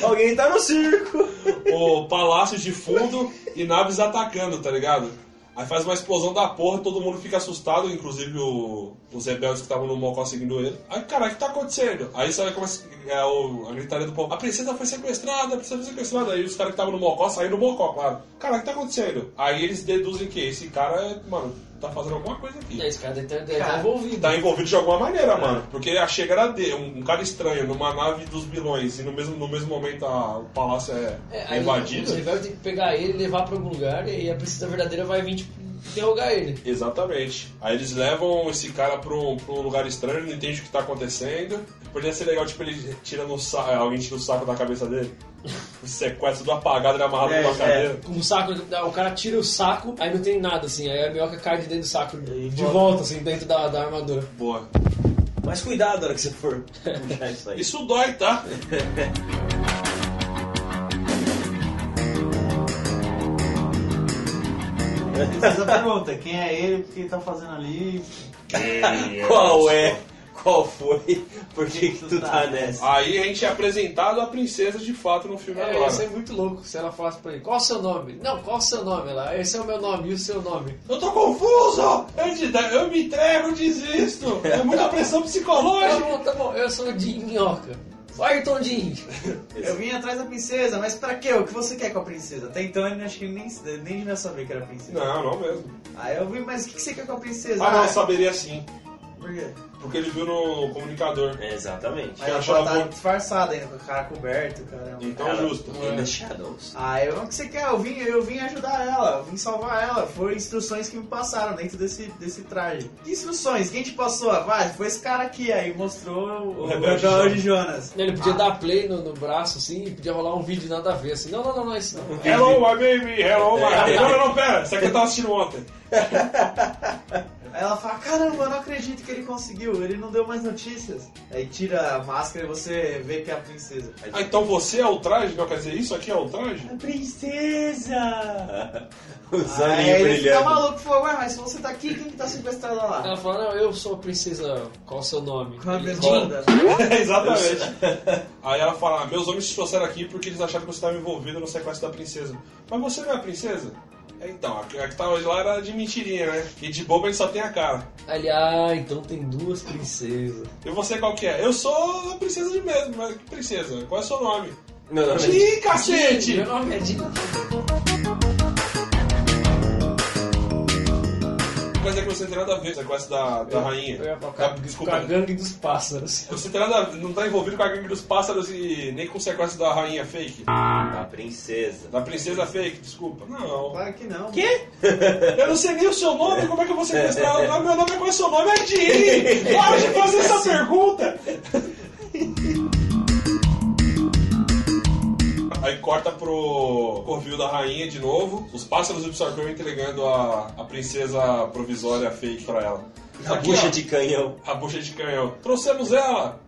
Speaker 1: (laughs)
Speaker 3: Alguém tá no circo.
Speaker 1: o palácio de fundo e naves atacando, tá ligado? Aí faz uma explosão da porra, todo mundo fica assustado, inclusive o- os rebeldes que estavam no Mocó seguindo ele. Aí, cara, o que tá acontecendo? Aí sabe como é, o- a gritaria do povo: a princesa foi sequestrada, a princesa foi sequestrada. Aí os caras que estavam no Mocó saíram do Mocó, claro. Cara, o que tá acontecendo? Aí eles deduzem que esse cara, mano, tá fazendo alguma coisa aqui.
Speaker 2: É, esse cara deve ter- deve estar envolvido.
Speaker 1: Tá envolvido de alguma maneira, mano. Porque a chegada de um, um cara estranho numa nave dos bilhões e no mesmo, no mesmo momento a- o palácio é,
Speaker 2: É, aí
Speaker 1: invadido.
Speaker 2: Os rebeldes tem que pegar ele, levar pra algum lugar e a princesa verdadeira vai vir, tipo, interrogar ele.
Speaker 1: Exatamente. Aí eles levam esse cara pra um, pra um lugar estranho, ele não entende o que tá acontecendo. Podia ser legal, tipo, ele tirando o saco, alguém tira o saco da cabeça dele. (laughs) O sequestro do apagado, ele amarrado
Speaker 2: É,
Speaker 1: numa
Speaker 2: é.
Speaker 1: cadeira.
Speaker 2: Com o saco, o cara tira o saco, aí não tem nada, assim, aí a minhoca cai de dentro do saco, de volta, assim, dentro da, da armadura.
Speaker 1: Boa.
Speaker 5: Mas cuidado na hora que você for puxar isso aí.
Speaker 1: Isso dói, tá?
Speaker 3: A princesa pergunta quem é ele, o que ele tá fazendo ali.
Speaker 5: Qual é? Qual foi? Por que, que tu tá
Speaker 3: tá
Speaker 5: nessa?
Speaker 1: Aí a gente é apresentado a princesa de fato no filme
Speaker 2: É,
Speaker 1: agora.
Speaker 2: ia ser muito louco se ela falasse pra ele, qual o seu nome? Não, qual o seu nome? Ela, esse é o meu nome, e o seu nome?
Speaker 1: Eu tô confuso! Eu, de- eu me entrego, eu desisto! É muita pressão
Speaker 2: Tá
Speaker 1: psicológica!
Speaker 2: bom, tá bom, eu sou de minhoca. Ayrton Jean.
Speaker 3: Eu vim atrás da princesa, mas pra quê? O que você quer com a princesa? Até então ele acho que nem, nem devia saber que era princesa.
Speaker 1: Não, não mesmo.
Speaker 3: Aí eu vim, mas o que que você quer com a princesa? é.
Speaker 1: Ah, não, saberia sim.
Speaker 3: Por quê?
Speaker 1: Porque ele viu no comunicador.
Speaker 5: Exatamente.
Speaker 3: Aí
Speaker 1: Eu
Speaker 3: ela
Speaker 1: achava
Speaker 3: tá
Speaker 1: bom.
Speaker 3: disfarçada ainda, com o cara coberto, caramba.
Speaker 1: Então,
Speaker 5: Cara,
Speaker 1: justo.
Speaker 5: In
Speaker 3: é
Speaker 5: the Shadows.
Speaker 3: Aí Ah, eu, o que você quer? Eu vim, eu vim ajudar ela, eu vim salvar ela. Foram instruções que me passaram dentro desse, desse traje. Que instruções? Quem te passou? Vai, foi esse cara aqui. Aí mostrou o, o
Speaker 1: Rebelde
Speaker 3: rebelde de Jonas.
Speaker 2: Ele podia dar play no, no braço, assim, e podia rolar um vídeo nada a ver, assim, não, não, não, não é isso
Speaker 1: Um
Speaker 2: não. É.
Speaker 1: Hello, my baby! Hello, my... Não, não, não, pera! Isso aqui eu tava assistindo ontem.
Speaker 3: Aí ela fala, caramba, eu não acredito que ele conseguiu, ele não deu mais notícias. Aí tira a máscara e você vê que é a princesa. Aí
Speaker 1: Ah, então você é o traje? Não quer dizer, isso aqui é o traje?
Speaker 3: A princesa!
Speaker 5: (laughs)
Speaker 3: Ah, é
Speaker 5: Os
Speaker 3: Aí
Speaker 5: olhinhos
Speaker 3: ele fica
Speaker 5: brilhando.
Speaker 3: tá maluco e falou, ué, mas se você tá aqui, quem que tá sequestrado lá?
Speaker 2: Ela fala, não, eu sou a princesa. Qual o seu nome?
Speaker 3: Qual a
Speaker 2: Ele,
Speaker 3: bermuda?
Speaker 1: (laughs)
Speaker 2: É. (laughs)
Speaker 1: Exatamente. Aí ela fala, "Ah, meus homens te trouxeram aqui porque eles acharam que você estava envolvido no sequestro da princesa. Mas você não é a princesa? É, Então, a que a que tava lá era de mentirinha, né? E de boba ele só tem a cara.
Speaker 2: Ele, ah, então tem duas princesas.
Speaker 1: E você qual que é? Eu sou a princesa de mesmo, mas que princesa? Qual é o seu nome?
Speaker 5: Meu nome é-
Speaker 1: Ih, cacete!
Speaker 2: Meu nome é Dino.
Speaker 1: Coisa é que você não tem nada a ver, sequestro da, da rainha.
Speaker 2: Eu ia falar,
Speaker 1: Da-
Speaker 2: com a-
Speaker 1: desculpa.
Speaker 2: com a gangue dos pássaros.
Speaker 1: Você tem nada, a- não tá envolvido com a gangue dos pássaros e nem com o sequestro da rainha fake.
Speaker 5: Da princesa.
Speaker 1: Da princesa fake, desculpa. Não.
Speaker 3: Claro que não.
Speaker 1: Quê? Eu não sei nem o seu nome, como é que eu vou sequestrar? Ah, Meu nome é qual é o seu nome? É Dini! Para de fazer essa pergunta! Aí corta pro Corvil da Rainha de novo, os pássaros do Psycho entregando a, a princesa provisória fake pra ela.
Speaker 5: A
Speaker 1: Aqui,
Speaker 5: bucha
Speaker 1: ó,
Speaker 5: de canhão.
Speaker 1: a bucha de canhão. Trouxemos ela!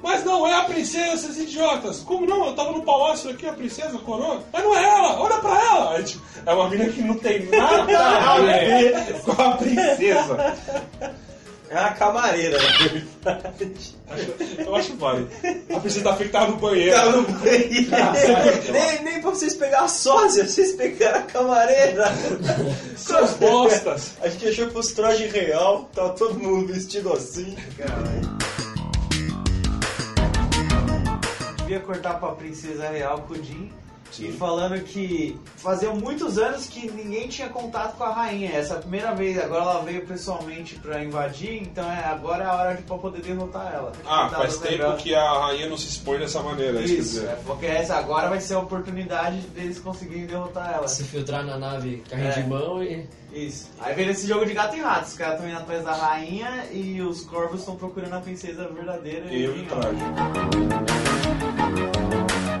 Speaker 1: Mas não é a princesa, esses idiotas! Como não? Eu tava no palácio aqui, a princesa, a coroa. Mas não é ela! Olha pra ela! Aí, tipo, É uma menina que não tem nada a ver com a princesa.
Speaker 5: É a camareira, na verdade.
Speaker 1: Eu acho válido. A princesa da fake tava no banheiro.
Speaker 5: Tá no banheiro. nem, nem pra vocês pegar a sósia, vocês pegaram a camareira.
Speaker 1: Suas bostas!
Speaker 5: A gente achou que fosse traje real, tá todo mundo vestido assim.
Speaker 3: Caralho. Devia cortar pra princesa real com o Jim. E falando que fazia muitos anos que ninguém tinha contato com a rainha. Essa é a primeira vez, agora ela veio pessoalmente pra invadir, então é, agora é a hora de, pra poder derrotar ela.
Speaker 1: Ah,
Speaker 3: Tentar
Speaker 1: faz tempo
Speaker 3: lembrar.
Speaker 1: que a rainha não se expõe dessa maneira, é isso que quer
Speaker 3: Isso,
Speaker 1: dizer.
Speaker 3: é, porque essa agora vai ser a oportunidade deles conseguirem derrotar ela.
Speaker 2: Se filtrar na nave carrinho
Speaker 3: É.
Speaker 2: de mão e.
Speaker 3: Isso. Aí vem esse jogo de gato e rato. Os caras estão indo atrás da rainha e os corvos estão procurando a princesa verdadeira.
Speaker 1: E o traje.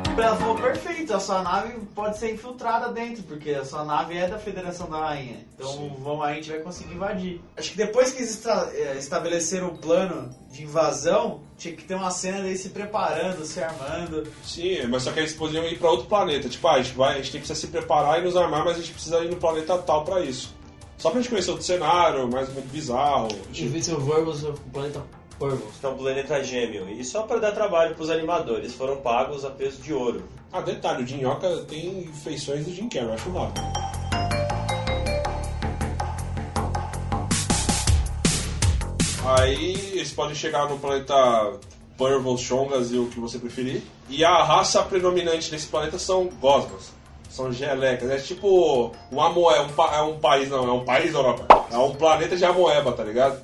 Speaker 3: Tipo, Ela falou, perfeito, a sua nave pode ser infiltrada dentro, porque a sua nave é da Federação da Rainha. Então vamos, a gente vai conseguir invadir. Acho que depois que eles esta- eh, estabeleceram o plano de invasão, tinha que ter uma cena deles se preparando, se armando.
Speaker 1: Sim, mas só que eles poderiam ir pra outro planeta. Tipo, ah, a gente, vai, a gente tem que se preparar e nos armar, mas a gente precisa ir no planeta tal pra isso. Só pra gente conhecer outro cenário, mais um mundo bizarro.
Speaker 2: Em vez de o Vormos, o planeta Pormos.
Speaker 5: Então, planeta gêmeo. E só pra dar trabalho pros animadores, foram pagos a peso de ouro.
Speaker 1: Ah, detalhe, o Dinhoca tem feições do Jim Carrey, eu acho lá. Aí eles podem chegar no planeta Purvos, Chongas e o que você preferir. E a raça predominante desse planeta são gosmas. São gelecas. É tipo um amoeba, um pa- é um país, não, é um país da Europa. É um planeta de amoeba, tá ligado?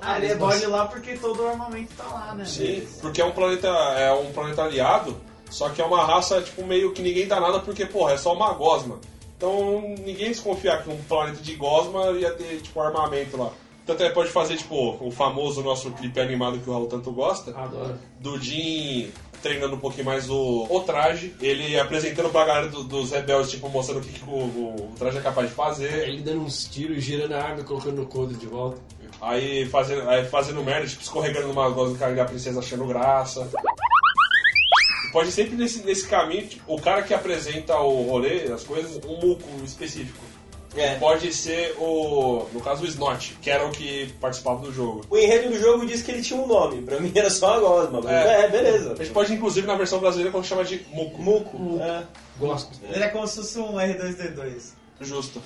Speaker 3: Ah, ele é bode lá porque todo o armamento tá lá, né?
Speaker 1: Sim, porque é um planeta é um planeta aliado, só que é uma raça tipo meio que ninguém dá nada porque porra, é só uma gosma. Então ninguém desconfiar que um planeta de gosma ia ter tipo armamento lá. Tanto é pode fazer tipo o famoso nosso clipe animado que o Raul tanto gosta,
Speaker 2: Adoro.
Speaker 1: do Jim treinando um pouquinho mais o, o traje, ele apresentando pra galera do- dos rebeldes, tipo mostrando o que, que o, o- o traje é capaz de fazer.
Speaker 2: Ele dando uns tiros, girando a arma e colocando no couro de volta.
Speaker 1: Aí fazendo, aí fazendo merda, tipo, escorregando numa voz do cara da princesa achando graça. Pode sempre nesse, nesse caminho, tipo, o cara que apresenta o rolê, as coisas, um muco específico.
Speaker 5: É.
Speaker 1: Pode ser o. No caso, o Snot, que era o que participava do jogo.
Speaker 5: O enredo do jogo diz que ele tinha um nome. Pra mim era só a gosma. Mas
Speaker 1: É.
Speaker 5: é, beleza.
Speaker 1: A gente pode, inclusive, na versão brasileira, como chama de muco.
Speaker 5: Muco. É.
Speaker 2: Gosto.
Speaker 3: Ele é como se fosse um R2D2.
Speaker 1: Justo.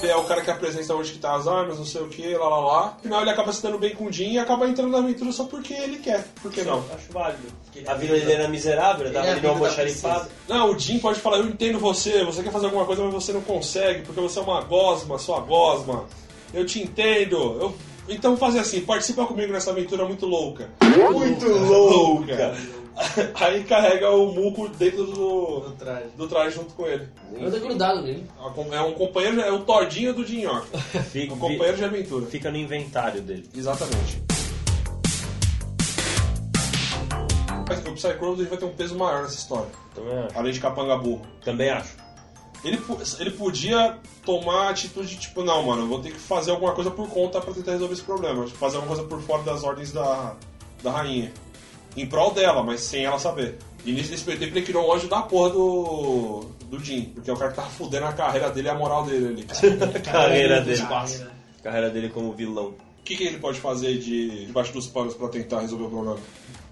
Speaker 1: É o cara que apresenta onde que tá as armas, não sei o que, lá lá lá. No final ele acaba se dando bem com o Jim e acaba entrando na aventura só porque ele quer. Por que não?
Speaker 5: Acho válido. A vida dele era miserável, dava
Speaker 3: Ele é
Speaker 5: pra ele dar
Speaker 3: amigo
Speaker 5: uma
Speaker 3: da
Speaker 5: xaripada.
Speaker 1: Não, o Jim pode falar, eu entendo você, você quer fazer alguma coisa, mas você não consegue, porque você é uma gosma, sua gosma. Eu te entendo. Eu... Então faz assim, participa comigo nessa aventura muito louca.
Speaker 5: Muito louca.
Speaker 1: (laughs) Aí carrega o Muco dentro do,
Speaker 3: No traje.
Speaker 1: do traje junto com ele.
Speaker 2: Eu tô grudado nele.
Speaker 1: É um companheiro, é o tordinho do Dinhoca.
Speaker 5: Fica,
Speaker 1: Um companheiro de aventura.
Speaker 5: fica no inventário dele.
Speaker 1: Exatamente. Mas o Psycross vai ter um peso maior nessa história.
Speaker 5: Também acho.
Speaker 1: Além de capanga burro.
Speaker 5: Também acho.
Speaker 1: Ele, po- ele podia tomar a atitude de tipo, não, mano, eu vou ter que fazer alguma coisa por conta pra tentar resolver esse problema. Tipo, Fazer alguma coisa por fora das ordens da, da rainha. Em prol dela, mas sem ela saber. E nisso desse meio tempo ele criou um ódio da porra do. do Jim. Porque o cara tava fudendo a carreira dele e a moral dele ali.
Speaker 5: (laughs) (laughs) Carreira dele. Carreira dele como vilão.
Speaker 1: O que, que ele pode fazer de, debaixo dos panos pra tentar resolver o problema?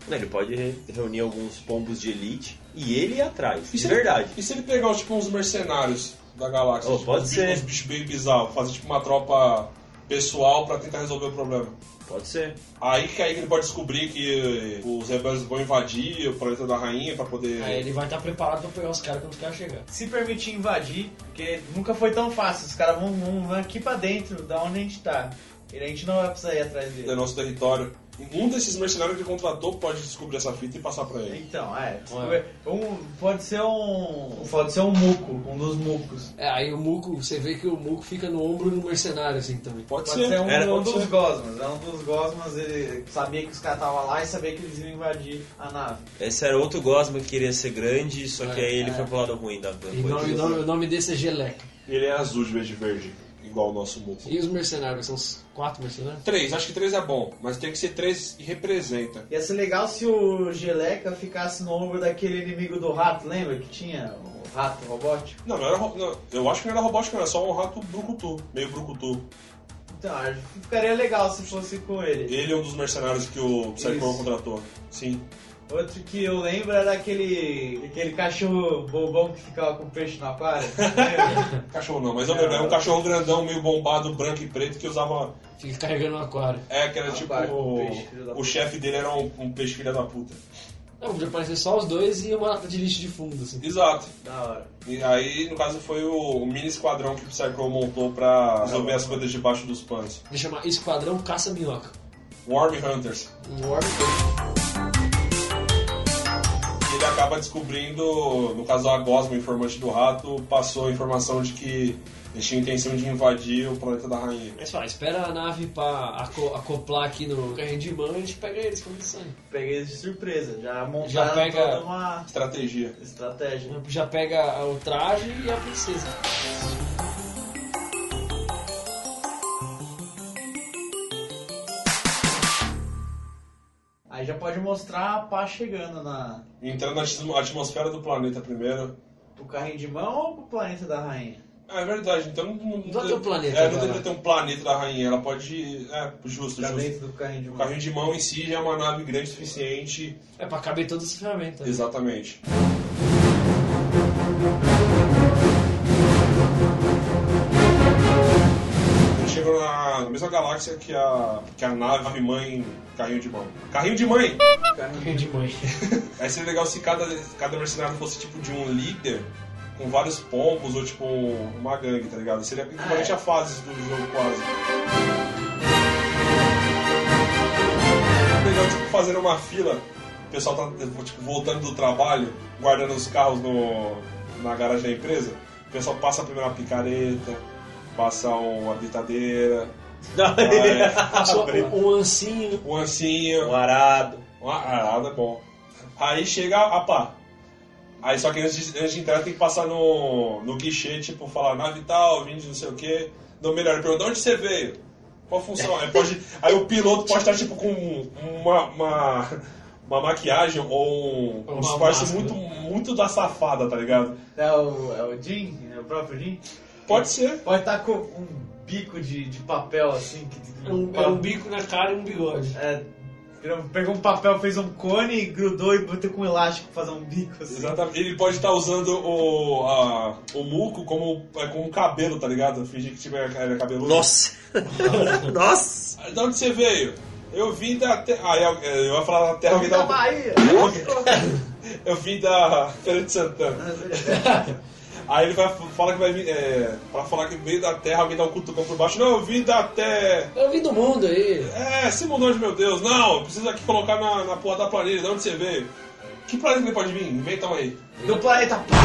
Speaker 5: Ele pode re- reunir alguns pombos de elite e ele ir atrás.
Speaker 1: E
Speaker 5: De
Speaker 1: se
Speaker 5: verdade.
Speaker 1: Ele, e se ele pegar tipo, uns mercenários da galáxia?
Speaker 5: Oh,
Speaker 1: tipo,
Speaker 5: pode
Speaker 1: uns,
Speaker 5: ser.
Speaker 1: Uns bichos bem bizarros. Fazer tipo uma tropa pessoal pra tentar resolver o problema.
Speaker 5: Pode ser.
Speaker 1: Aí que aí que ele pode descobrir que eh, os rebeldes vão invadir o planeta da rainha pra poder.
Speaker 2: Aí ele vai estar preparado pra pegar os caras quando os caras chegar.
Speaker 3: Se permitir invadir, porque nunca foi tão fácil. Os caras vão, vão- vão aqui pra dentro, da onde a gente tá. E a gente não vai precisar ir atrás dele.
Speaker 1: do nosso território. Um desses mercenários que ele contratou pode descobrir essa fita e passar pra ele.
Speaker 3: Então, é. Um, pode ser um. Pode ser um muco, um dos mucos.
Speaker 2: É, aí o Muco, você vê que o Muco fica no ombro do mercenário, assim, também.
Speaker 1: Pode,
Speaker 3: Pode ser um,
Speaker 5: Era-
Speaker 3: um
Speaker 5: pode
Speaker 3: dos
Speaker 5: ser.
Speaker 3: gosmas. É um dos gosmas, ele sabia que os caras estavam lá e sabia que eles iam invadir a nave.
Speaker 5: Esse era outro Gosma que queria ser grande, só que
Speaker 2: É,
Speaker 5: aí ele
Speaker 2: é.
Speaker 5: foi pro lado ruim da da
Speaker 2: E o nome, o
Speaker 5: coisa.
Speaker 2: nome- o nome desse é Geleca.
Speaker 1: Ele é azul de vez de verde, igual o nosso muco.
Speaker 2: E os mercenários? São os quatro mercenários?
Speaker 1: Três, acho que três é bom, mas tem que ser três que representa.
Speaker 3: Ia ser legal se o Geleca ficasse no ombro daquele inimigo do rato, lembra? Que tinha o rato robótico?
Speaker 1: Não, não era ro- não, eu acho que não era robótico, não, era só um rato brucutu, meio brucutu.
Speaker 3: Então, acho que ficaria legal se fosse com ele.
Speaker 1: Ele é um dos mercenários que o Psycron
Speaker 3: Isso.
Speaker 1: contratou. Sim.
Speaker 3: Outro que eu lembro era aquele, aquele cachorro bobão que ficava com peixe na palha.
Speaker 1: (laughs)
Speaker 3: lembra?
Speaker 1: Cachorro não, mas eu lembro, é um cachorro grandão, meio bombado, branco e preto, que usava.
Speaker 2: Fica carregando um aquário.
Speaker 1: É, que era
Speaker 3: Ah,
Speaker 1: tipo.
Speaker 3: barco,
Speaker 1: o-
Speaker 3: peixe, filho da
Speaker 1: o
Speaker 3: puta.
Speaker 1: chefe dele era um, um peixe filha da puta.
Speaker 2: Não, podia aparecer só os dois e uma lata de lixo de fundo, assim.
Speaker 1: Exato.
Speaker 3: da hora.
Speaker 1: E aí, no caso, foi o, o mini esquadrão que o Psycron montou pra resolver as coisas debaixo dos panos.
Speaker 2: Vou chamar Esquadrão Caça-Minhoca.
Speaker 1: Worm Hunters.
Speaker 2: Um orbe.
Speaker 1: E ele acaba descobrindo, no caso a Gosma, informante do rato, passou a informação de que eles tinham intenção de invadir o planeta da rainha.
Speaker 2: Mas fala, espera a nave pra aco- acoplar aqui no carrinho de mão e a gente pega eles quando eles saem.
Speaker 3: Peguei isso de surpresa, já montaram
Speaker 2: Já pega-
Speaker 3: toda uma
Speaker 1: Estratégia.
Speaker 3: estratégia.
Speaker 2: Já pega o traje e a princesa.
Speaker 3: Aí já pode mostrar a pá chegando na,
Speaker 1: Entrando na atmos- atmosfera do planeta primeiro.
Speaker 3: pro carrinho de mão ou pro planeta da rainha?
Speaker 1: Ah, é verdade, então não,
Speaker 2: Não tem um planeta
Speaker 1: É, não
Speaker 2: agora.
Speaker 1: deveria ter um planeta da rainha, ela pode. É, justo,
Speaker 3: Pra
Speaker 1: justo.
Speaker 3: dentro do carrinho de
Speaker 1: O
Speaker 3: mão.
Speaker 1: carrinho de mão em si já é uma nave grande o suficiente.
Speaker 2: É pra caber todas as ferramentas.
Speaker 1: Exatamente. Eles chegam na, na mesma galáxia que a, que a nave mãe carrinho de mão. Carrinho de mãe!
Speaker 2: Carrinho de mãe.
Speaker 1: Aí seria legal se cada, cada mercenário fosse tipo de um líder com vários pombos ou tipo uma gangue, tá ligado? Seria equivalente a fases do jogo quase. Legal, tipo, fazer uma fila. O pessoal tá tipo, voltando do trabalho, guardando os carros no, na garagem da empresa. O pessoal passa primeiro uma picareta, passa uma ditadeira,
Speaker 2: Só um, um ancinho.
Speaker 1: um ancinho.
Speaker 5: Um arado.
Speaker 1: Uma arada, bom. Aí chega a pá. Aí só que antes de, antes de entrar tem que passar no, no guichê, tipo, falar nave tal, vim de não sei o quê. Não, melhor, ele pergunta, de onde você veio? Qual a função? Aí, pode, aí o piloto pode estar, tipo, com uma, uma, uma maquiagem ou um, um
Speaker 2: Uma
Speaker 1: disfarce
Speaker 2: máscara.
Speaker 1: muito, muito da safada, tá ligado?
Speaker 3: É o, é o Jim? É o próprio Jim?
Speaker 1: Pode ser.
Speaker 3: Pode estar com um bico de, de papel assim. Que, que-
Speaker 2: É um, é um bico na cara e um bigode.
Speaker 3: é, pegou um papel, fez um cone, grudou e botou com um elástico pra fazer um bico assim.
Speaker 1: Exatamente. Ele pode estar usando o, a- o muco como, como cabelo, tá ligado? Fingir que tiver era cabeludo.
Speaker 5: Nossa! (laughs) Nossa!
Speaker 1: De onde você veio? Eu vim da terra. Ah, eu, eu ia falar da terra. Eu vim
Speaker 3: Da
Speaker 1: da,
Speaker 3: tá Bahia!
Speaker 1: (laughs) eu vim da Feira de Santana. Aí ele vai falar que vai vir. É, pra falar que veio da terra, alguém dá um cutucão por baixo. Não, eu vim da terra.
Speaker 2: Eu vim do mundo aí.
Speaker 1: É, se mudou de meu Deus. Não, eu preciso aqui colocar na, na porra da planilha. De onde você veio? Que planeta que ele pode vir? Inventam aí.
Speaker 3: Do planeta pau!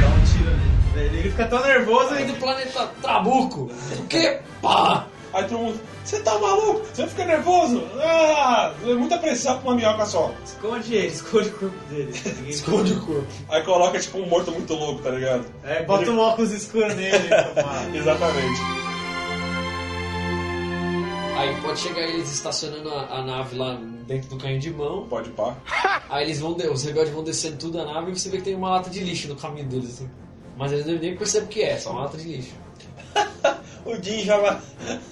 Speaker 3: Dá
Speaker 2: É
Speaker 3: um tiro nele. Ele fica tão nervoso
Speaker 2: Eu vim
Speaker 3: e
Speaker 2: do planeta Trabuco. O quê? Pá!
Speaker 1: Aí todo mundo, você tá maluco? Você fica nervoso? Ah, é muita pressão pra uma minhoca só.
Speaker 3: Esconde ele, esconde o corpo dele.
Speaker 1: Esconde o corpo. Aí coloca tipo um morto muito louco, tá ligado?
Speaker 3: É, bota um óculos escuro nele.
Speaker 1: Exatamente.
Speaker 2: Aí pode chegar eles estacionando a, a nave lá dentro do canhão de mão.
Speaker 1: Pode pá.
Speaker 2: Aí eles vão, de- os rebeldes vão descendo tudo da nave e você vê que tem uma lata de lixo no caminho deles. assim. Mas eles nem percebem o que é, só uma lata de lixo.
Speaker 5: O Jim joga,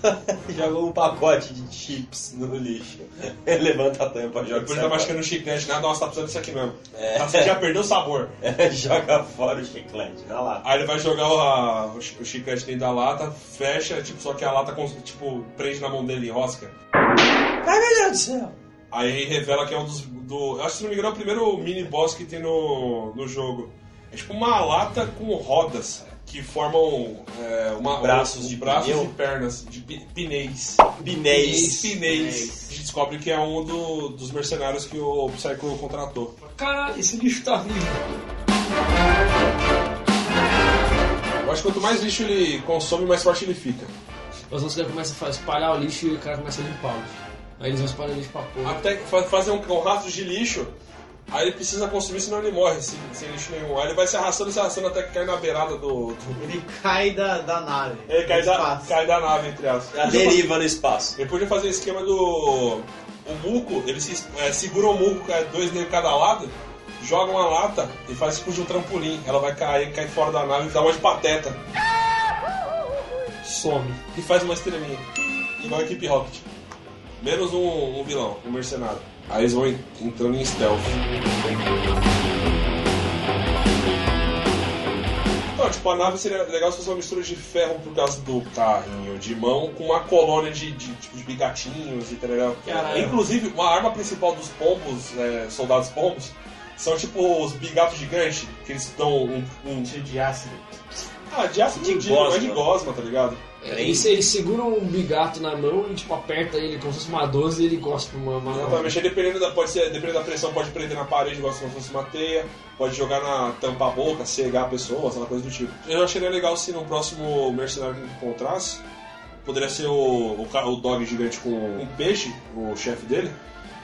Speaker 5: (laughs) joga um pacote de chips no lixo. Ele levanta a tampa, joga
Speaker 1: Depois tá
Speaker 5: o sacote.
Speaker 1: mascando o chiclete, né? Nossa, tá precisando disso aqui mesmo.
Speaker 5: É.
Speaker 1: Tá- já perdeu o sabor.
Speaker 5: É, (laughs) joga fora o chiclete, olha lá.
Speaker 1: Aí ele vai jogar o, a- o chi- o chiclete dentro da lata, fecha, tipo, só que a lata cons- tipo, prende na mão dele e rosca.
Speaker 5: Ai, meu Deus do céu!
Speaker 1: Aí revela que é um dos. Do, eu acho que se não me engano é o primeiro mini boss que tem no, no jogo. É tipo uma lata com rodas que formam é, uma,
Speaker 5: Braços
Speaker 1: um-
Speaker 5: de
Speaker 1: braços
Speaker 5: pneu.
Speaker 1: e pernas, de pi- pineis.
Speaker 5: Pinéis.
Speaker 1: Pineis. A gente descobre que é um do- dos mercenários que o Psycho contratou.
Speaker 2: Caralho, esse lixo tá vivo.
Speaker 1: Eu acho que quanto mais lixo ele consome, mais forte ele fica.
Speaker 2: Os outros caras começam a espalhar o lixo e o cara começa a limpar o lixo. Aí eles vão espalhar o lixo pra porra.
Speaker 1: Até que fa- fazer um, um rastro de lixo, aí ele precisa consumir, senão ele morre sem, sem lixo nenhum. Aí ele vai se arrastando, se arrastando até que cai na beirada do. do-
Speaker 3: Ele cai da, da nave.
Speaker 1: Ele cai
Speaker 3: do
Speaker 1: da, É.
Speaker 3: espaço.
Speaker 1: cai da nave, entre aspas.
Speaker 5: A deriva no espaço.
Speaker 1: Depois de fazer o esquema do. O muco, ele se, é, segura o muco, cai dois de cada lado, joga uma lata e faz explodir um trampolim. Ela vai cair, cai fora da nave, dá uma de pateta
Speaker 2: Some.
Speaker 1: e faz uma estrelinha. Igual a equipe Rocket. Menos um, um vilão, um mercenário. Aí eles vão en- entrando em stealth. Então, tipo, a nave seria legal se fosse uma mistura de ferro por causa do carrinho de mão com uma colônia de, de, tipo, de bigatinhos e tal. legal.
Speaker 2: Caralho.
Speaker 1: Inclusive, uma arma principal dos pombos, é, soldados pombos, são tipo os bigatos gigantes, que eles dão um. um
Speaker 3: Cheio de ácido.
Speaker 1: ah, de aço de, de,
Speaker 5: gosma.
Speaker 1: de gosma, tá ligado?
Speaker 2: Eles, eles seguram um bigato na mão e tipo aperta ele como se fosse uma 12 e ele gosta uma, uma...
Speaker 1: Exatamente, aí dependendo da, pode ser, dependendo da pressão, pode prender na parede, igual se não fosse uma teia, pode jogar na tampa a boca, cegar a pessoa, sei lá, coisa do tipo. Eu acharia legal se no próximo mercenário que eu encontrasse, poderia ser o, o, ca- o dog gigante com um peixe, o chefe dele.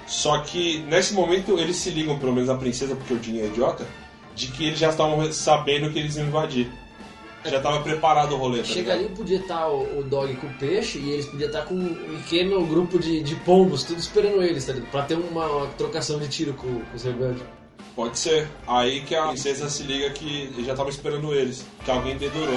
Speaker 1: Só que nesse momento eles se ligam, pelo menos a princesa, porque o Jin é idiota, de que eles já estavam sabendo que eles iam invadir. Já estava preparado o rolê. tá
Speaker 2: Chega
Speaker 1: ligado?
Speaker 2: ali, podia estar o, o dog com o peixe e eles podiam estar com um pequeno grupo de, de pombos, tudo esperando eles, tá ligado? Pra ter uma, uma trocação de tiro com, com os rebeldes.
Speaker 1: Pode ser. Aí que a princesa se liga que já tava esperando eles, que alguém dedurou.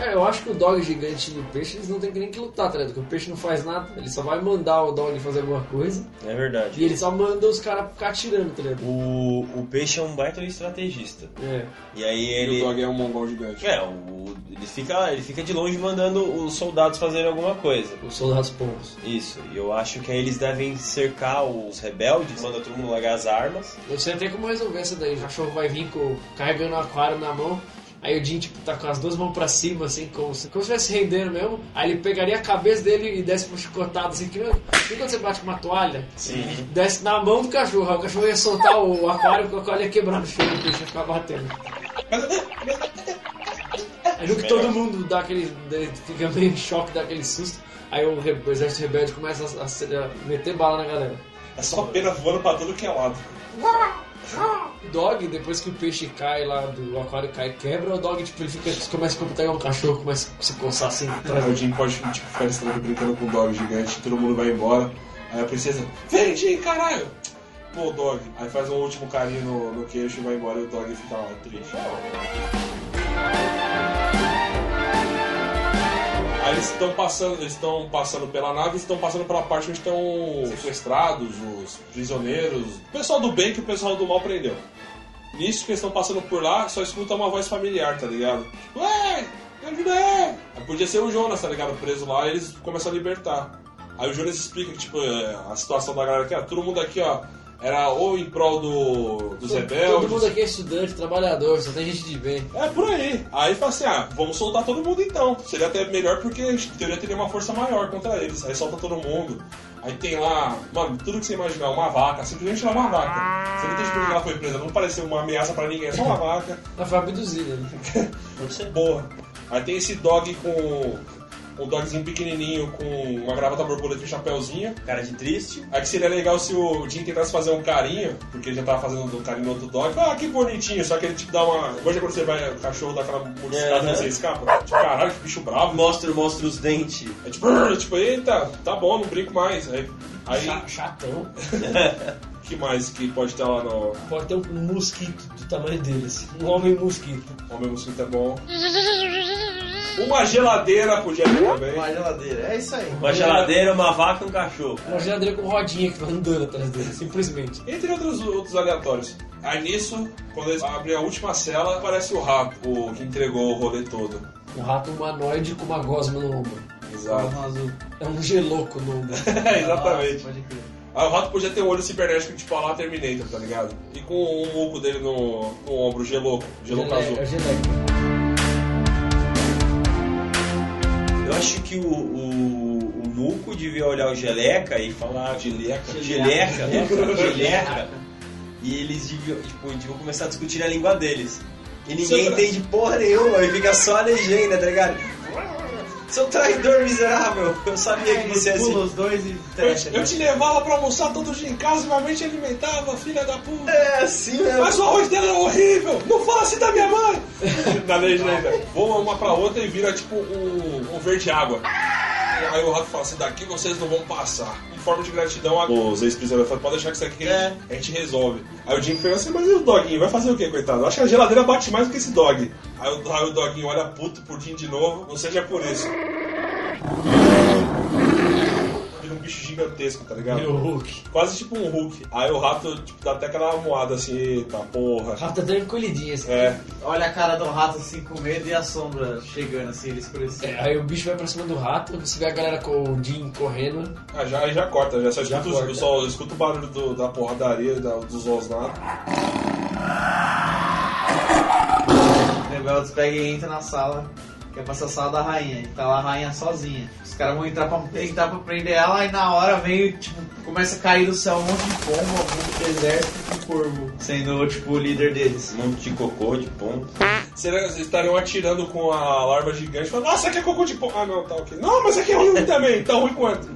Speaker 2: É, eu acho que o dog gigante e o peixe eles não tem nem que lutar, tá ligado? Porque o peixe não faz nada, ele só vai mandar o dog fazer alguma coisa
Speaker 5: É verdade.
Speaker 2: e ele só manda os caras ficar atirando, tá ligado?
Speaker 5: O, o peixe é um baita estrategista.
Speaker 2: É.
Speaker 5: E aí
Speaker 1: E
Speaker 5: ele.
Speaker 1: o dog é um mongol gigante.
Speaker 5: É, o- ele, fica, ele fica de longe mandando os soldados fazerem alguma coisa.
Speaker 2: Os soldados pombos.
Speaker 5: Isso, e eu acho que aí eles devem cercar os rebeldes, manda todo mundo largar as armas.
Speaker 2: Eu sei até como resolver essa daí. O cachorro vai vir com, carregando o aquário na mão. Aí o Jim, tipo, tá com as duas mãos pra cima, assim, como se, como se estivesse rendendo mesmo. Aí ele pegaria a cabeça dele e desce pro chicotado, assim, que nem que nem quando você bate com uma toalha.
Speaker 5: Sim.
Speaker 2: Desce na mão do cachorro. Aí o cachorro ia soltar o aquário, o aquário ia quebrar no chão, o peixe ia ficar batendo. Aí no que todo mundo dá aquele, daí fica meio em choque, dá aquele susto. Aí o, re- o exército rebelde começa a, a- a meter bala na galera.
Speaker 1: É só pena voando pra tudo que é lado.
Speaker 2: O dog, depois que o peixe cai lá do aquário, cai quebra, o dog tipo, ele fica, começa a computar igual um cachorro, começa a se coçar assim atrás
Speaker 1: Aí o Jim pode tipo, ficar estranho brincando com o dog gigante, todo mundo vai embora. Aí a princesa, vem Jim, caralho! Pô, dog. Aí faz um último carinho no, no queixo e vai embora e o dog fica lá triste. Aí eles estão passando, eles estão passando pela nave, eles estão passando pela parte onde estão sequestrados, os prisioneiros, o pessoal do bem que o pessoal do mal prendeu. Nisso que eles estão passando por lá, só escuta uma voz familiar, tá ligado? Tipo, Ué, me ajuda aí! Aí Podia ser o Jonas, tá ligado? Preso lá, e eles começam a libertar. Aí o Jonas explica que, tipo, é, a situação da galera aqui, ó, todo mundo aqui, ó, era ou em prol do, dos rebeldes.
Speaker 2: Todo mundo aqui é estudante, trabalhador, só tem gente de bem.
Speaker 1: É por aí. Aí fala assim: ah, vamos soltar todo mundo então. Seria até melhor porque a gente, em teoria teria uma força maior contra eles. Aí solta todo mundo. Aí tem lá, mano, tudo que você imaginar, uma vaca, simplesmente lá uma vaca. Você não tem de que ela
Speaker 2: Ah,
Speaker 1: foi presa, não pareceu uma ameaça pra ninguém, é só uma vaca.
Speaker 2: Ela foi abduzida, né?
Speaker 5: Pode ser.
Speaker 1: Boa. Aí tem esse dog com. Um dogzinho pequenininho com uma gravata borboleta e um chapéuzinho.
Speaker 5: Cara de triste.
Speaker 1: Aí que seria legal se o Jim tentasse fazer um carinho, porque ele já tava fazendo um carinho no outro dog. Ah, que bonitinho, só que ele tipo dá uma. Hoje quando você vai, o cachorro dá aquela mordiscada
Speaker 5: É,
Speaker 1: e
Speaker 5: né?
Speaker 1: você escapa. Tipo, caralho, que bicho bravo.
Speaker 5: Mostra, mostra os dentes.
Speaker 1: É tipo, "Brr", tipo, eita, tá bom, não brinco mais. Aí. aí...
Speaker 2: Chatão.
Speaker 1: (laughs) que mais que pode ter lá no.
Speaker 2: Pode ter um mosquito do tamanho deles. Um homem mosquito.
Speaker 1: Homem mosquito é bom. Uma geladeira podia ter também.
Speaker 3: Uma geladeira, é isso aí.
Speaker 5: Uma geladeira, uma vaca e um cachorro.
Speaker 2: Uma geladeira com rodinha que vai andando atrás dele, simplesmente.
Speaker 1: Entre outros, outros aleatórios. Aí nisso, quando eles abrem a última cela, aparece o rato, o que entregou o rolê todo. (laughs)
Speaker 2: Um rato humanoide com uma gosma no ombro.
Speaker 1: Exato.
Speaker 2: É um geloco no (laughs) ombro. Ah,
Speaker 1: É, exatamente. Aí o rato podia ter o olho cibernético tipo a lá Terminator, tá ligado? E com o muco dele no, no ombro, o geloco, o geloco azul.
Speaker 2: É geleca.
Speaker 5: Eu acho que o, o, o Muco devia olhar o Geleca e falar
Speaker 1: Geleca.
Speaker 5: Geleca, (laughs)
Speaker 1: Geleca.
Speaker 5: Geleca. E eles deviam, tipo, deviam começar a discutir a língua deles. E ninguém
Speaker 1: Seu tra-
Speaker 5: entende porra nenhuma e fica só a legenda, tá ligado? Seu traidor miserável, eu sabia que você é
Speaker 3: Pula
Speaker 5: assim.
Speaker 3: os dois e
Speaker 1: Eu,
Speaker 3: fecha.
Speaker 2: é
Speaker 1: te- eu te levava pra almoçar todo dia em casa, minha mãe te alimentava, filha da puta.
Speaker 5: É assim mesmo.
Speaker 1: Mas o arroz dela é horrível! Não fala assim da minha (laughs) mãe! Na legenda. Voa uma pra outra e vira tipo um, um verde água. Aí o rato fala assim, daqui vocês não vão passar. Em forma de gratidão, a- É. os ex-prisioneiros falam, pode deixar que isso aqui a, gente, a gente resolve. Aí o Jim fala assim, mas e o doguinho? Vai fazer o quê, coitado? Acho que a geladeira bate mais do que esse dog. Aí o, aí o doguinho olha puto por Jim de novo, não seja por isso. Vira um bicho gigantesco, tá ligado?
Speaker 2: Meu Hulk.
Speaker 1: Quase tipo um Hulk. Aí o rato tipo, dá até aquela almohada assim, eita porra.
Speaker 2: O rato tá tranquilidinho assim.
Speaker 1: É,
Speaker 3: Olha a cara do rato assim com medo e a sombra chegando assim, ele escurecendo.
Speaker 2: É, aí o bicho vai pra cima do rato, você vê a galera com o Jim correndo.
Speaker 1: ah, já, aí já corta, já só
Speaker 2: Já
Speaker 1: escuta,
Speaker 2: corta.
Speaker 1: os- só escuta o barulho do- da porradaria, da, dos osnatos.
Speaker 3: O Rebeldes pega e entra na sala, que é pra essa sala da rainha. E tá lá a rainha sozinha. Os caras vão entrar pra, entrar pra prender ela e na hora vem, tipo, começa a cair do céu um monte de pombo, um monte de exército de corvo. Sendo, tipo, o líder deles.
Speaker 5: Um monte de cocô, de ponto.
Speaker 1: Será que vocês estariam atirando com a larva gigante? Falando, nossa, aqui é cocô de pão. Ah, não, tá ok. Não, mas aqui é ruim também, tá ruim quanto?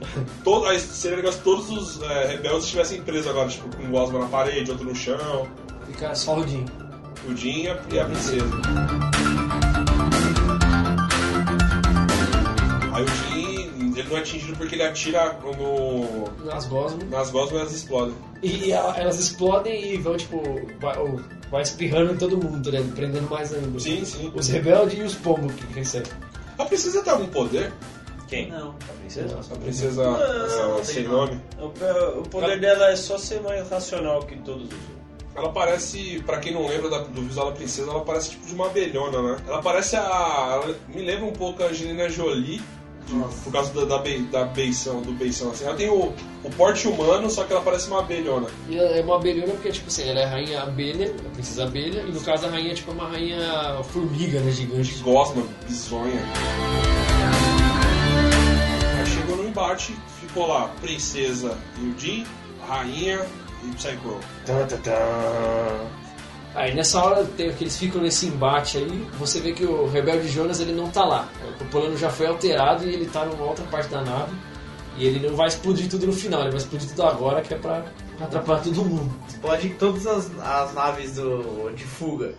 Speaker 1: Todo, aí seria legal se todos os é, rebeldes estivessem presos agora, tipo, com um gosma na parede, outro no chão,
Speaker 2: Fica só o Jim.
Speaker 1: o Jim e a- e a princesa. Aí o Jim, ele não é atingido porque ele atira no,
Speaker 2: Nas gosmas.
Speaker 1: nas gosmas e elas explodem.
Speaker 2: E, e a- elas explodem e vão, tipo, vai, ou- vai espirrando em todo mundo, né? Prendendo mais ainda.
Speaker 1: Sim, sim.
Speaker 2: Os rebeldes e os pombos que recebem.
Speaker 1: A princesa tem algum poder?
Speaker 5: Quem?
Speaker 3: Não.
Speaker 5: A princesa?
Speaker 1: A princesa
Speaker 5: Não,
Speaker 1: essa, sem
Speaker 5: tem
Speaker 1: nome.
Speaker 5: O, o poder dela é só ser mais racional que todos os outros.
Speaker 1: Ela parece, pra quem não lembra da- do visual da princesa, ela parece tipo de uma abelhona, né? Ela parece a. Ela me lembra um pouco a Angelina Jolie. de- por causa da, da, bei- da beição, do beição, assim. Ela tem o, o porte humano, só que ela parece uma abelhona.
Speaker 2: E ela é uma abelhona porque, tipo assim, ela é a rainha abelha, a princesa abelha, e no caso a rainha é tipo uma rainha formiga, né,
Speaker 1: De
Speaker 2: gigante.
Speaker 1: gosma, bizonha. Aí chegou no embate, ficou lá princesa e o Jim, rainha e Psycho.
Speaker 2: Aí nessa hora tem, que eles ficam nesse embate aí, você vê que o rebelde Jonas ele não tá lá. O plano já foi alterado e ele tá numa outra parte da nave. E ele não vai explodir tudo no final, ele vai explodir tudo agora que é pra atrapalhar todo mundo.
Speaker 3: Explode todas as, as naves do, de fuga.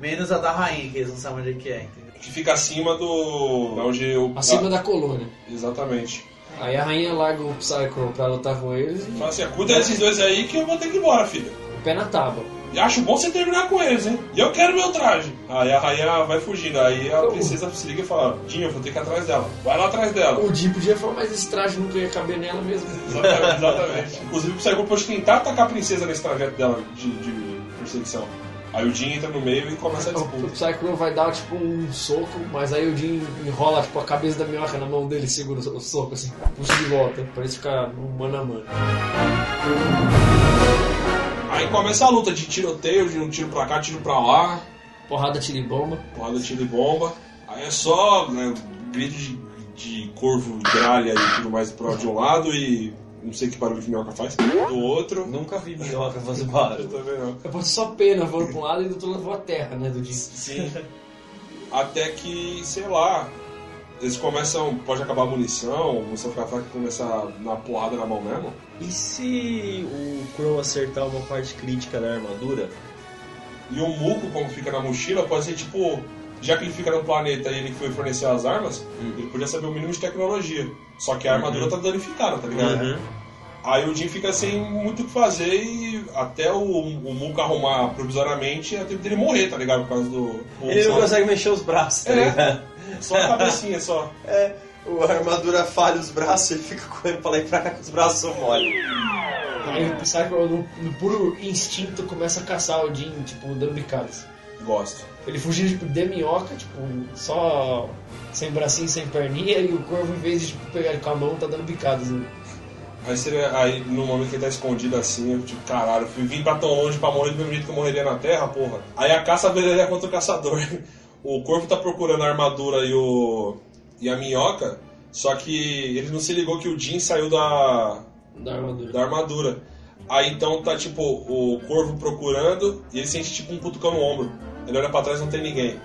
Speaker 3: Menos a da rainha, que eles não sabem onde é que é, entendeu?
Speaker 1: Que fica acima do. da Onde o.
Speaker 2: Acima da colônia.
Speaker 1: Exatamente.
Speaker 2: Aí a rainha larga o Psycho pra lutar com eles e
Speaker 1: Fala assim, cuida desses dois aí que eu vou ter que ir embora, filha.
Speaker 2: o pé na tábua.
Speaker 1: E acho bom você terminar com eles, hein? E eu quero meu traje. Aí a rainha vai fugindo. Aí a princesa se liga e fala: Dinho, eu vou ter que ir atrás dela. Vai lá atrás dela.
Speaker 2: O Jim podia falar, mas esse traje nunca ia caber nela mesmo.
Speaker 1: Exatamente. exatamente. Inclusive, o Psycho pode tentar atacar a princesa nesse trajeto dela de, de perseguição. Aí o Jim entra no meio e começa a
Speaker 2: O
Speaker 1: disputa.
Speaker 2: Psycho vai dar tipo um soco, mas aí o Jim enrola tipo a cabeça da minhoca na mão dele, segura o soco assim, puxa de volta, pra eles ficar mano a mano.
Speaker 1: Aí começa a luta de tiroteio, de um tiro pra cá, tiro pra lá,
Speaker 2: Porrada, tira e bomba.
Speaker 1: porrada, tiro e bomba. Aí é só né, grito de, de corvo, gralha e tudo mais pro de um lado e não sei que barulho que minhoca faz, do outro.
Speaker 5: Nunca vi minhoca fazer
Speaker 1: Eu
Speaker 5: barulho.
Speaker 1: também não.
Speaker 2: Eu boto só pena voando pra um lado e do outro lado voa a terra, né, do Jim.
Speaker 5: Sim.
Speaker 1: Até que, sei lá, eles começam, pode acabar a munição, a munição fica fraca e começa na porrada na mão mesmo.
Speaker 5: E se o Crow acertar uma parte crítica na armadura?
Speaker 1: E o Muco, como fica na mochila, pode ser tipo, já que ele fica no planeta e ele que foi fornecer as armas,
Speaker 5: Hum.
Speaker 1: ele podia saber o mínimo de tecnologia. Só que a armadura tá danificada, tá ligado?
Speaker 5: Uhum.
Speaker 1: Aí o Jim fica sem muito o que fazer e até o, o Muco arrumar provisoriamente é tempo dele morrer, tá ligado? Por causa do.
Speaker 5: Ele não consegue mexer os braços, tá
Speaker 1: É.
Speaker 5: ligado?
Speaker 1: Só a cabecinha só.
Speaker 5: É, o a armadura falha os braços e fica (laughs) correndo pra lá e pra cá com os braços mole.
Speaker 2: Aí o Psycho, no, no puro instinto, começa a caçar o Jim, tipo, dando bicadas.
Speaker 1: Gosto.
Speaker 2: Ele fugiu, tipo, de minhoca, tipo, só sem bracinho, sem perninha, e o corvo, em vez de tipo, pegar ele com a mão, tá dando bicadas. Né?
Speaker 1: Aí, seria, aí no momento que ele tá escondido assim, eu tipo, caralho, eu fui vim pra tão longe pra morrer do mesmo jeito que eu morreria na Terra, porra. Aí a caça viraria contra o caçador. (laughs) O corvo tá procurando a armadura e o. e a minhoca, só que ele não se ligou que o Jin saiu da.
Speaker 2: Da armadura.
Speaker 1: da armadura. Aí então tá tipo o corvo procurando e ele sente tipo um cutucão no ombro. Ele olha pra trás não tem ninguém.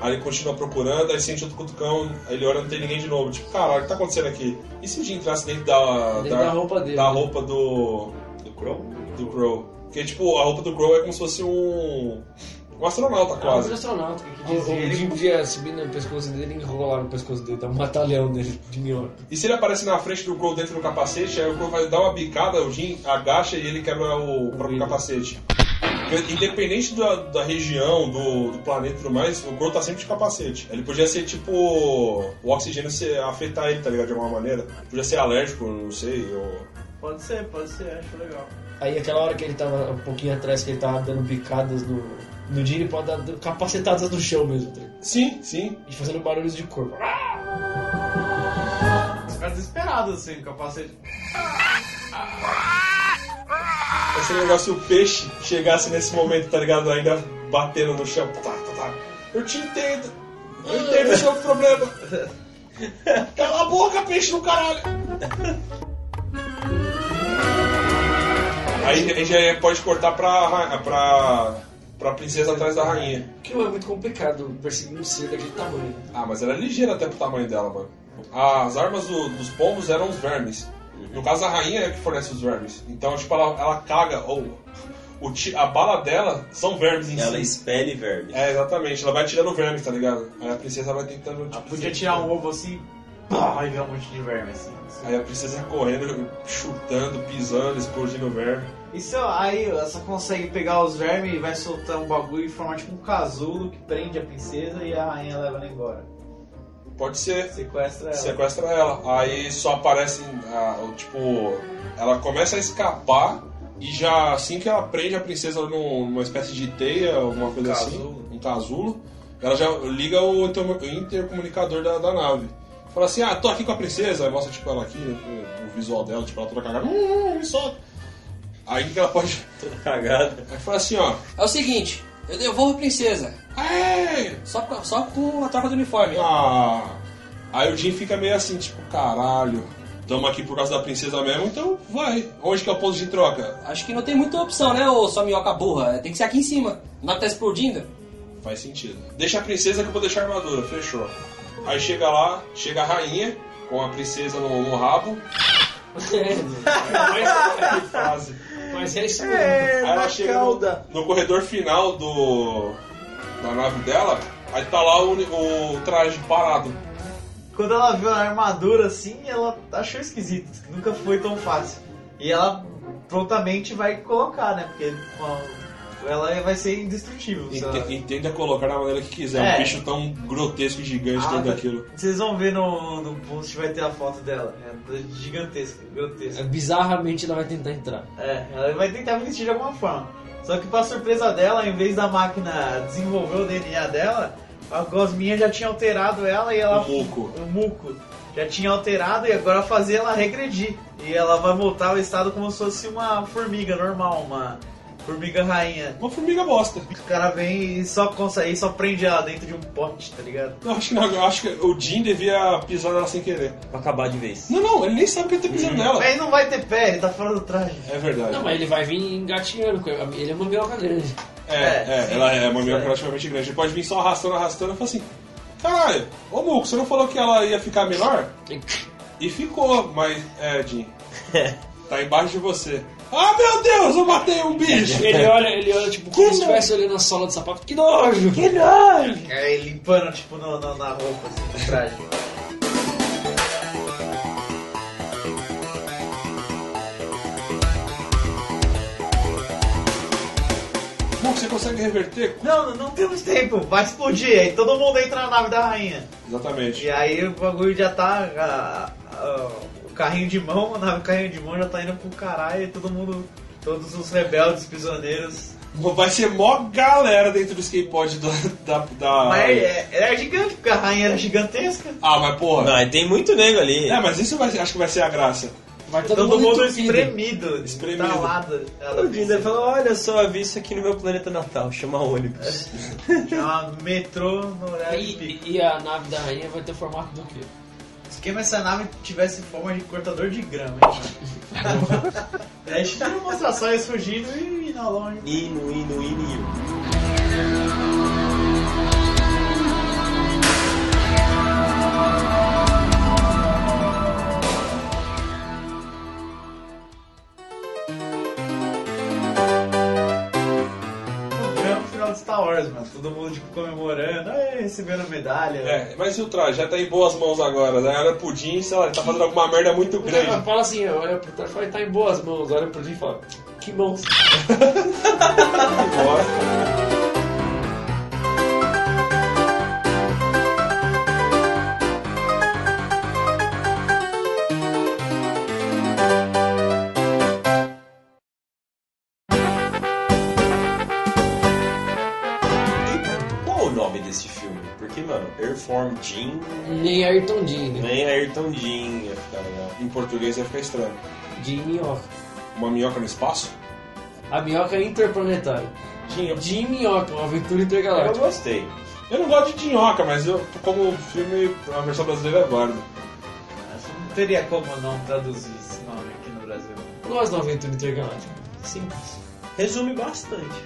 Speaker 1: Aí ele continua procurando, aí sente outro cutucão, aí ele olha não tem ninguém de novo. Tipo, caralho, o que tá acontecendo aqui? E se o Jim entrasse dentro da.
Speaker 2: Dentro da roupa dele,
Speaker 1: Da
Speaker 2: né?
Speaker 1: roupa do.
Speaker 5: Do Crow?
Speaker 1: Do Crow. Porque tipo, a roupa do Crow é como se fosse um. Um astronauta
Speaker 2: Ah,
Speaker 1: quase.
Speaker 2: o astronauta, que, que
Speaker 1: O-
Speaker 2: dizia?
Speaker 1: o
Speaker 2: Ele
Speaker 1: Jim-
Speaker 2: podia subir no pescoço dele e enrolar no pescoço dele, dar um batalhão dele de minhoca.
Speaker 1: E se ele aparece na frente do Crow dentro do capacete, aí o Crow vai dar uma bicada, o Jim agacha e ele quebra o próprio capacete. Porque Independente da, da região, do, do planeta e tudo mais, o Crow tá sempre de capacete. Ele podia ser tipo. O oxigênio se afetar ele, tá ligado? De alguma maneira. Podia ser alérgico, não sei. Ou...
Speaker 3: Pode ser, pode ser, acho legal.
Speaker 2: Aí aquela hora que ele tava um pouquinho atrás, que ele tava dando bicadas no. No Jim, ele pode dar capacetadas no chão mesmo, tá ligado?
Speaker 1: Sim, sim.
Speaker 2: E fazendo barulhos de corpo. Ah!
Speaker 3: Os caras desesperados assim, capacete.
Speaker 1: Esse negócio, se o peixe chegasse nesse momento, tá ligado? Ainda batendo no chão. Tá, tá, tá. Eu te entendo. Eu entendo esse é o problema. Cala a boca, peixe do caralho. Aí, aí já é- pode cortar pra, ra- pra, pra princesa atrás da rainha.
Speaker 2: Que é muito complicado perseguir um ser daquele tamanho.
Speaker 1: Ah, mas era ligeira até pro tamanho dela, mano. As armas do- dos pombos eram os vermes. No caso, a rainha é que fornece os vermes. Então, tipo, ela, ela caga, ou o ti- a bala dela são vermes em
Speaker 5: Ela
Speaker 1: si.
Speaker 5: espelha e verme.
Speaker 1: É, exatamente. Ela vai tirando vermes, tá ligado? Aí a princesa vai tentando. Tipo,
Speaker 3: Podia tirar um ovo assim, pá, e ver um monte de verme assim.
Speaker 1: Aí a princesa correndo, chutando, pisando, explodindo verme.
Speaker 3: E se eu- aí você consegue pegar os vermes e vai soltar um bagulho e formar tipo um casulo que prende a princesa e a rainha leva ela embora.
Speaker 1: Pode ser.
Speaker 3: Sequestra ela.
Speaker 1: É. Sequestra ela. Aí só aparece, ah, o tipo, ela começa a escapar e já assim que ela prende a princesa num- numa espécie de teia, alguma coisa assim, um casulo, ela já liga o inter- intercomunicador da, da nave. Fala assim, ah, tô aqui com a princesa, aí mostra tipo ela aqui, o, o visual dela, tipo, ela toda cagada, hum, hum, me solta. Aí o que ela pode.
Speaker 5: Toda É cagada.
Speaker 1: Aí fala assim, ó.
Speaker 13: É o seguinte, eu devolvo a princesa.
Speaker 1: Aê!
Speaker 13: Só, com- só com a troca do uniforme.
Speaker 1: Ah. Aí o Jim fica meio assim, tipo, caralho, tamo aqui por causa da princesa mesmo, então vai. Onde que é o ponto de troca?
Speaker 13: Acho que não tem muita opção, né, ô sua minhoca burra? Tem que ser aqui em cima. Não tá
Speaker 2: (laughs)
Speaker 13: explodindo?
Speaker 1: Faz sentido. Deixa a princesa que eu vou deixar a armadura, fechou. Aí chega lá, chega a rainha, com a princesa no, no rabo. Que fase.
Speaker 2: Mas é isso mesmo.
Speaker 1: Aí ela chega no, no corredor final do. da nave dela, aí tá lá o, uni- o traje parado.
Speaker 3: Quando ela viu a armadura assim, ela achou esquisito. Nunca foi tão fácil. E ela prontamente vai colocar, né? Porque com a- ela vai ser indestrutível. sei lá.
Speaker 1: Ente- Entenda colocar da maneira que quiser.
Speaker 3: É.
Speaker 1: Um bicho tão grotesco e gigante
Speaker 3: Ah,
Speaker 1: dentro
Speaker 3: tá.
Speaker 1: daquilo.
Speaker 3: Vocês vão ver no, no post, vai ter a foto dela. É gigantesca, grotesca.
Speaker 2: Bizarramente ela vai tentar entrar.
Speaker 3: É, ela vai tentar vestir de alguma forma. Só que pra surpresa dela, em vez da máquina desenvolver o DNA dela, a gosminha já tinha alterado ela e ela.
Speaker 1: O muco.
Speaker 3: O muco. Já tinha alterado e agora fazia ela regredir. E ela vai voltar ao estado como se fosse uma formiga normal, uma formiga rainha.
Speaker 1: Uma formiga bosta.
Speaker 3: O cara vem e só consegue, e só prende ela dentro de um pote, tá ligado?
Speaker 1: Não, acho que não, eu acho que o Jim devia pisar nela sem querer.
Speaker 5: Pra acabar de vez.
Speaker 1: Não, não, ele nem sabe que ele tá pisando nela.
Speaker 3: Mas ele não vai ter pé, ele tá fora do traje.
Speaker 1: É verdade.
Speaker 2: Não, mas ele vai vir engatinhando. com- Ele é uma minhoca grande.
Speaker 1: É, é,
Speaker 3: sim.
Speaker 1: ela é uma mina praticamente grande. Ele pode vir só arrastando, arrastando e falar assim: caralho, ô Muco, você não falou que ela ia ficar menor? E ficou, mas, é, Jim, tá embaixo de você. Ah, meu Deus, eu matei um
Speaker 2: (laughs)
Speaker 1: bicho!
Speaker 2: (laughs)
Speaker 1: "Oh,
Speaker 2: Ele olha, ele olha, tipo, como se estivesse olhando a sola de sapato. Que nojo!
Speaker 3: Que nojo! É, limpando, tipo, no, no- na roupa, assim, no traje.
Speaker 1: Muco, você consegue reverter?
Speaker 3: Não, não temos tempo, vai explodir. Aí todo mundo entra na nave da rainha.
Speaker 1: Exatamente.
Speaker 3: E aí o bagulho já tá. a- a- o carrinho de mão, a nave carrinho de mão já tá indo pro caralho e todo mundo. Todos os rebeldes, prisioneiros.
Speaker 1: Vai ser mó galera dentro do skateboard da. da, da-
Speaker 3: Mas é- era gigante, porque a rainha era gigantesca.
Speaker 1: Ah, mas porra.
Speaker 5: Não, e tem muito nego ali.
Speaker 1: É, mas isso vai, ser- acho que vai ser a graça.
Speaker 2: Vai
Speaker 3: Todo, mundo espremido,
Speaker 1: Espremido.
Speaker 3: estalado. Ela
Speaker 5: O Dinder falou, olha só, vi isso aqui no meu planeta natal, chama ônibus.
Speaker 3: chama "É metrô no horário de pico.
Speaker 2: E, e a nave da rainha vai ter formato do quê?
Speaker 3: Esquema essa nave tivesse forma de cortador de grama, hein? mano? É, a gente tá mostrar só eles fugindo e indo longe.
Speaker 5: Hino, hino, hino, hino.
Speaker 3: Grama no final de Star Wars, mano. Todo mundo tipo comemorando, "Aê, recebendo medalha.
Speaker 1: É, mas e o traje? Já tá em boas mãos agora, né? Olha pro Jim, sei lá, ele tá fazendo alguma merda muito
Speaker 2: (laughs)
Speaker 1: grande.
Speaker 2: Fala assim, olha pro trás e fala, tá em boas mãos. Olha pro dia e fala, que mãos.
Speaker 5: Qual o nome desse filme? Porque, mano, Airform Jean,
Speaker 2: Nem Ayrton Dean, né?
Speaker 5: nem Ayrton Jean ia
Speaker 1: tá
Speaker 5: ficar legal.
Speaker 1: Em português ia ficar estranho.
Speaker 2: De minhoca.
Speaker 1: Uma minhoca no espaço?
Speaker 2: A minhoca é interplanetária.
Speaker 1: Jim, eu,
Speaker 2: De minhoca, uma aventura
Speaker 5: Eu
Speaker 2: intergaláctica.
Speaker 5: gostei.
Speaker 1: eu não gosto de minhoca, mas eu, como o filme, a versão brasileira é válida.
Speaker 3: Não teria como não traduzir esse nome aqui no Brasil.
Speaker 2: Eu gosto de uma aventura intergaláctica. Simples.
Speaker 5: Resume bastante.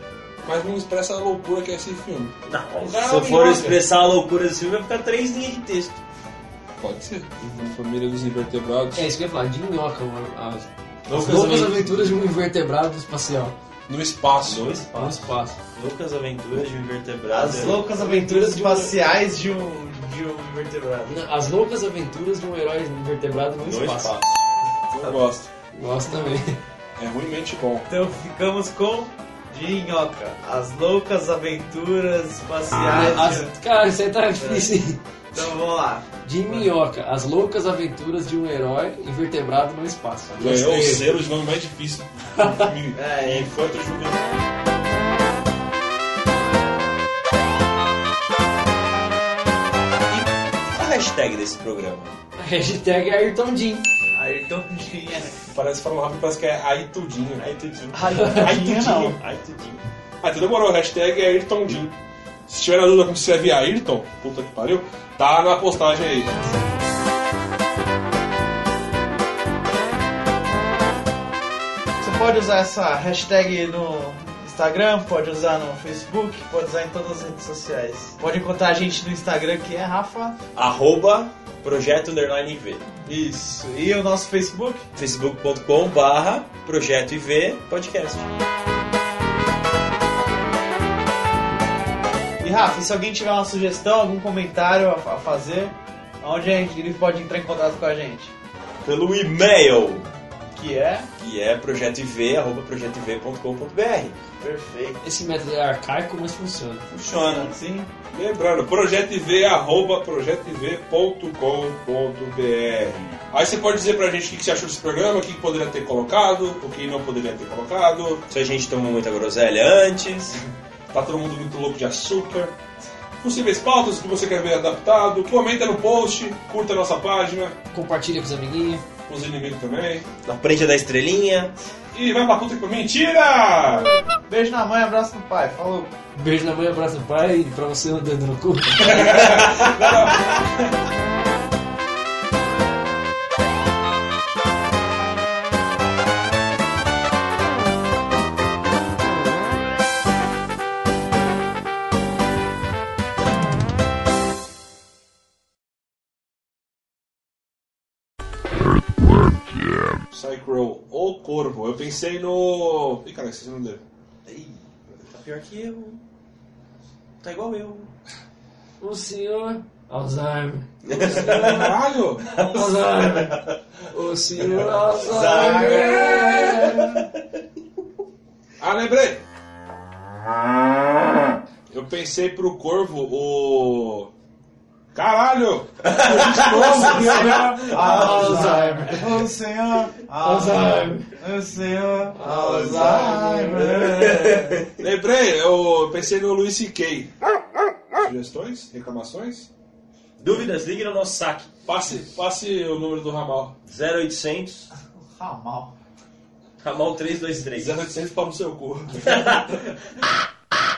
Speaker 1: Mas não expressa a loucura que é esse filme.
Speaker 5: Não,
Speaker 1: Não,
Speaker 5: se eu for
Speaker 1: minhoca.
Speaker 5: expressar a loucura desse filme, vai ficar três linhas de texto.
Speaker 1: Pode ser. Uma Uhum. família dos invertebrados.
Speaker 2: É isso que eu ia falar, de minhoca, mano. As
Speaker 1: Loucas
Speaker 2: loucas
Speaker 1: aventuras.
Speaker 2: aventuras de um invertebrado espacial.
Speaker 1: No espaço.
Speaker 5: No
Speaker 2: No
Speaker 5: espaço.
Speaker 2: espaço.
Speaker 5: Loucas aventuras de um invertebrado.
Speaker 3: As
Speaker 5: é-
Speaker 3: loucas aventuras espaciais de um, de um invertebrado.
Speaker 2: As loucas aventuras de um herói invertebrado no,
Speaker 5: No
Speaker 2: espaço.
Speaker 5: espaço.
Speaker 1: Eu gosto.
Speaker 2: Gosto também.
Speaker 1: É ruimmente bom.
Speaker 3: Então ficamos com Dinhoca. As loucas aventuras espaciais.
Speaker 2: Ah,
Speaker 3: de- um-
Speaker 2: as- Cara, isso aí tá difícil. hein?
Speaker 3: Então vamos lá.
Speaker 2: De minhoca, as loucas aventuras de um herói invertebrado no espaço.
Speaker 1: Ganhou o
Speaker 5: Gostei.
Speaker 1: selo de nome mais difícil.
Speaker 3: É,
Speaker 1: Enquanto
Speaker 5: né?
Speaker 1: juvenil.
Speaker 5: Qual é a hashtag desse programa?
Speaker 2: A hashtag é Ayrton Jean.
Speaker 3: Ayrton Dinha.
Speaker 1: Parece falar rápido, parece que é aí tudinho.
Speaker 5: Ai, tudinho.
Speaker 1: Aí tudinho.
Speaker 5: Ai, tudinho.
Speaker 1: Ah, então demorou. Hashtag é Ayrton Jim. Se tiver na dúvida como se escreve Ayrton, puta que pariu, tá na postagem aí.
Speaker 3: Você pode usar essa hashtag no Instagram, pode usar no Facebook, pode usar em todas as redes sociais. Pode encontrar a gente no Instagram que é Rafa.
Speaker 5: Arroba Projeto Underline IV.
Speaker 3: Isso. E o nosso Facebook?
Speaker 5: facebook.com barra Projeto IV Podcast.
Speaker 3: E Rafa, e se alguém tiver uma sugestão, algum comentário a, a fazer, onde a gente, ele pode entrar em contato com a gente?
Speaker 5: Pelo e-mail,
Speaker 3: Que é
Speaker 5: que é projetoiv, arroba projetoiv.com.br.
Speaker 3: perfeito.
Speaker 2: Esse método é arcaico, mas funciona.
Speaker 5: Funciona.
Speaker 3: Sim.
Speaker 1: Lembrando, projetoiv, arroba projetoiv.com.br. Aí você pode dizer pra gente o que que você achou desse programa, o que que poderia ter colocado, o que não poderia ter colocado.
Speaker 5: Se a gente tomou muita groselha antes,
Speaker 1: Tá todo mundo muito louco de açúcar. Possíveis pautas que você quer ver adaptado. Comenta no post, curta a nossa página,
Speaker 2: Compartilha com os amiguinhos.
Speaker 1: com os inimigos também.
Speaker 5: na frente da estrelinha.
Speaker 1: E vai pra puta que mentira!
Speaker 3: Beijo na mãe, abraço no pai. (laughs) Falou.
Speaker 2: Beijo na mãe, abraço no pai e pra você andando no cu.
Speaker 1: Psychrow ou Corvo. Eu pensei no. Ih, cara, esqueci o nome dele.
Speaker 5: Tá pior que eu. Tá igual eu.
Speaker 2: O senhor Alzheimer.
Speaker 1: Caralho!
Speaker 2: Alzheimer. O senhor Alzheimer.
Speaker 1: Ah, lembrei! Eu pensei pro Corvo o. Caralho!
Speaker 3: Alzheimer. O (laughs) senhor Alzheimer. O senhor Alzheimer.
Speaker 1: Lembrei, eu pensei no Luiz C.K. Sugestões? Reclamações?
Speaker 5: Dúvidas, ligue no nosso saque.
Speaker 1: Passe, passe o número do ramal.
Speaker 5: 0800
Speaker 3: Ramal.
Speaker 5: ramal 323.
Speaker 1: 0800 pau no seu cu.
Speaker 5: (laughs)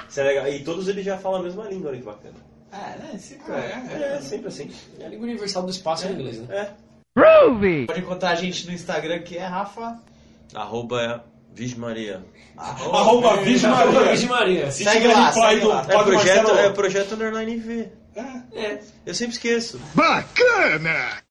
Speaker 5: Isso é legal. E todos eles já falam a mesma língua, olha que bacana.
Speaker 3: Ah, né? Esse
Speaker 5: É, sempre É assim.
Speaker 2: É a língua universal do espaço em inglês, né?
Speaker 5: É.
Speaker 4: Groovy!
Speaker 3: Pode encontrar a gente no Instagram que é Rafa.
Speaker 5: Arroba Vismaria.
Speaker 1: Arroba Virgem Maria.
Speaker 2: Virgem Maria.
Speaker 1: Se
Speaker 3: Segue
Speaker 1: tiver
Speaker 3: lá,
Speaker 1: reply
Speaker 3: segue
Speaker 1: do
Speaker 3: lá.
Speaker 5: É
Speaker 1: Padre
Speaker 5: projeto,
Speaker 1: Marcelo-
Speaker 5: é projeto Underline V. É. Eu sempre esqueço.
Speaker 4: Bacana!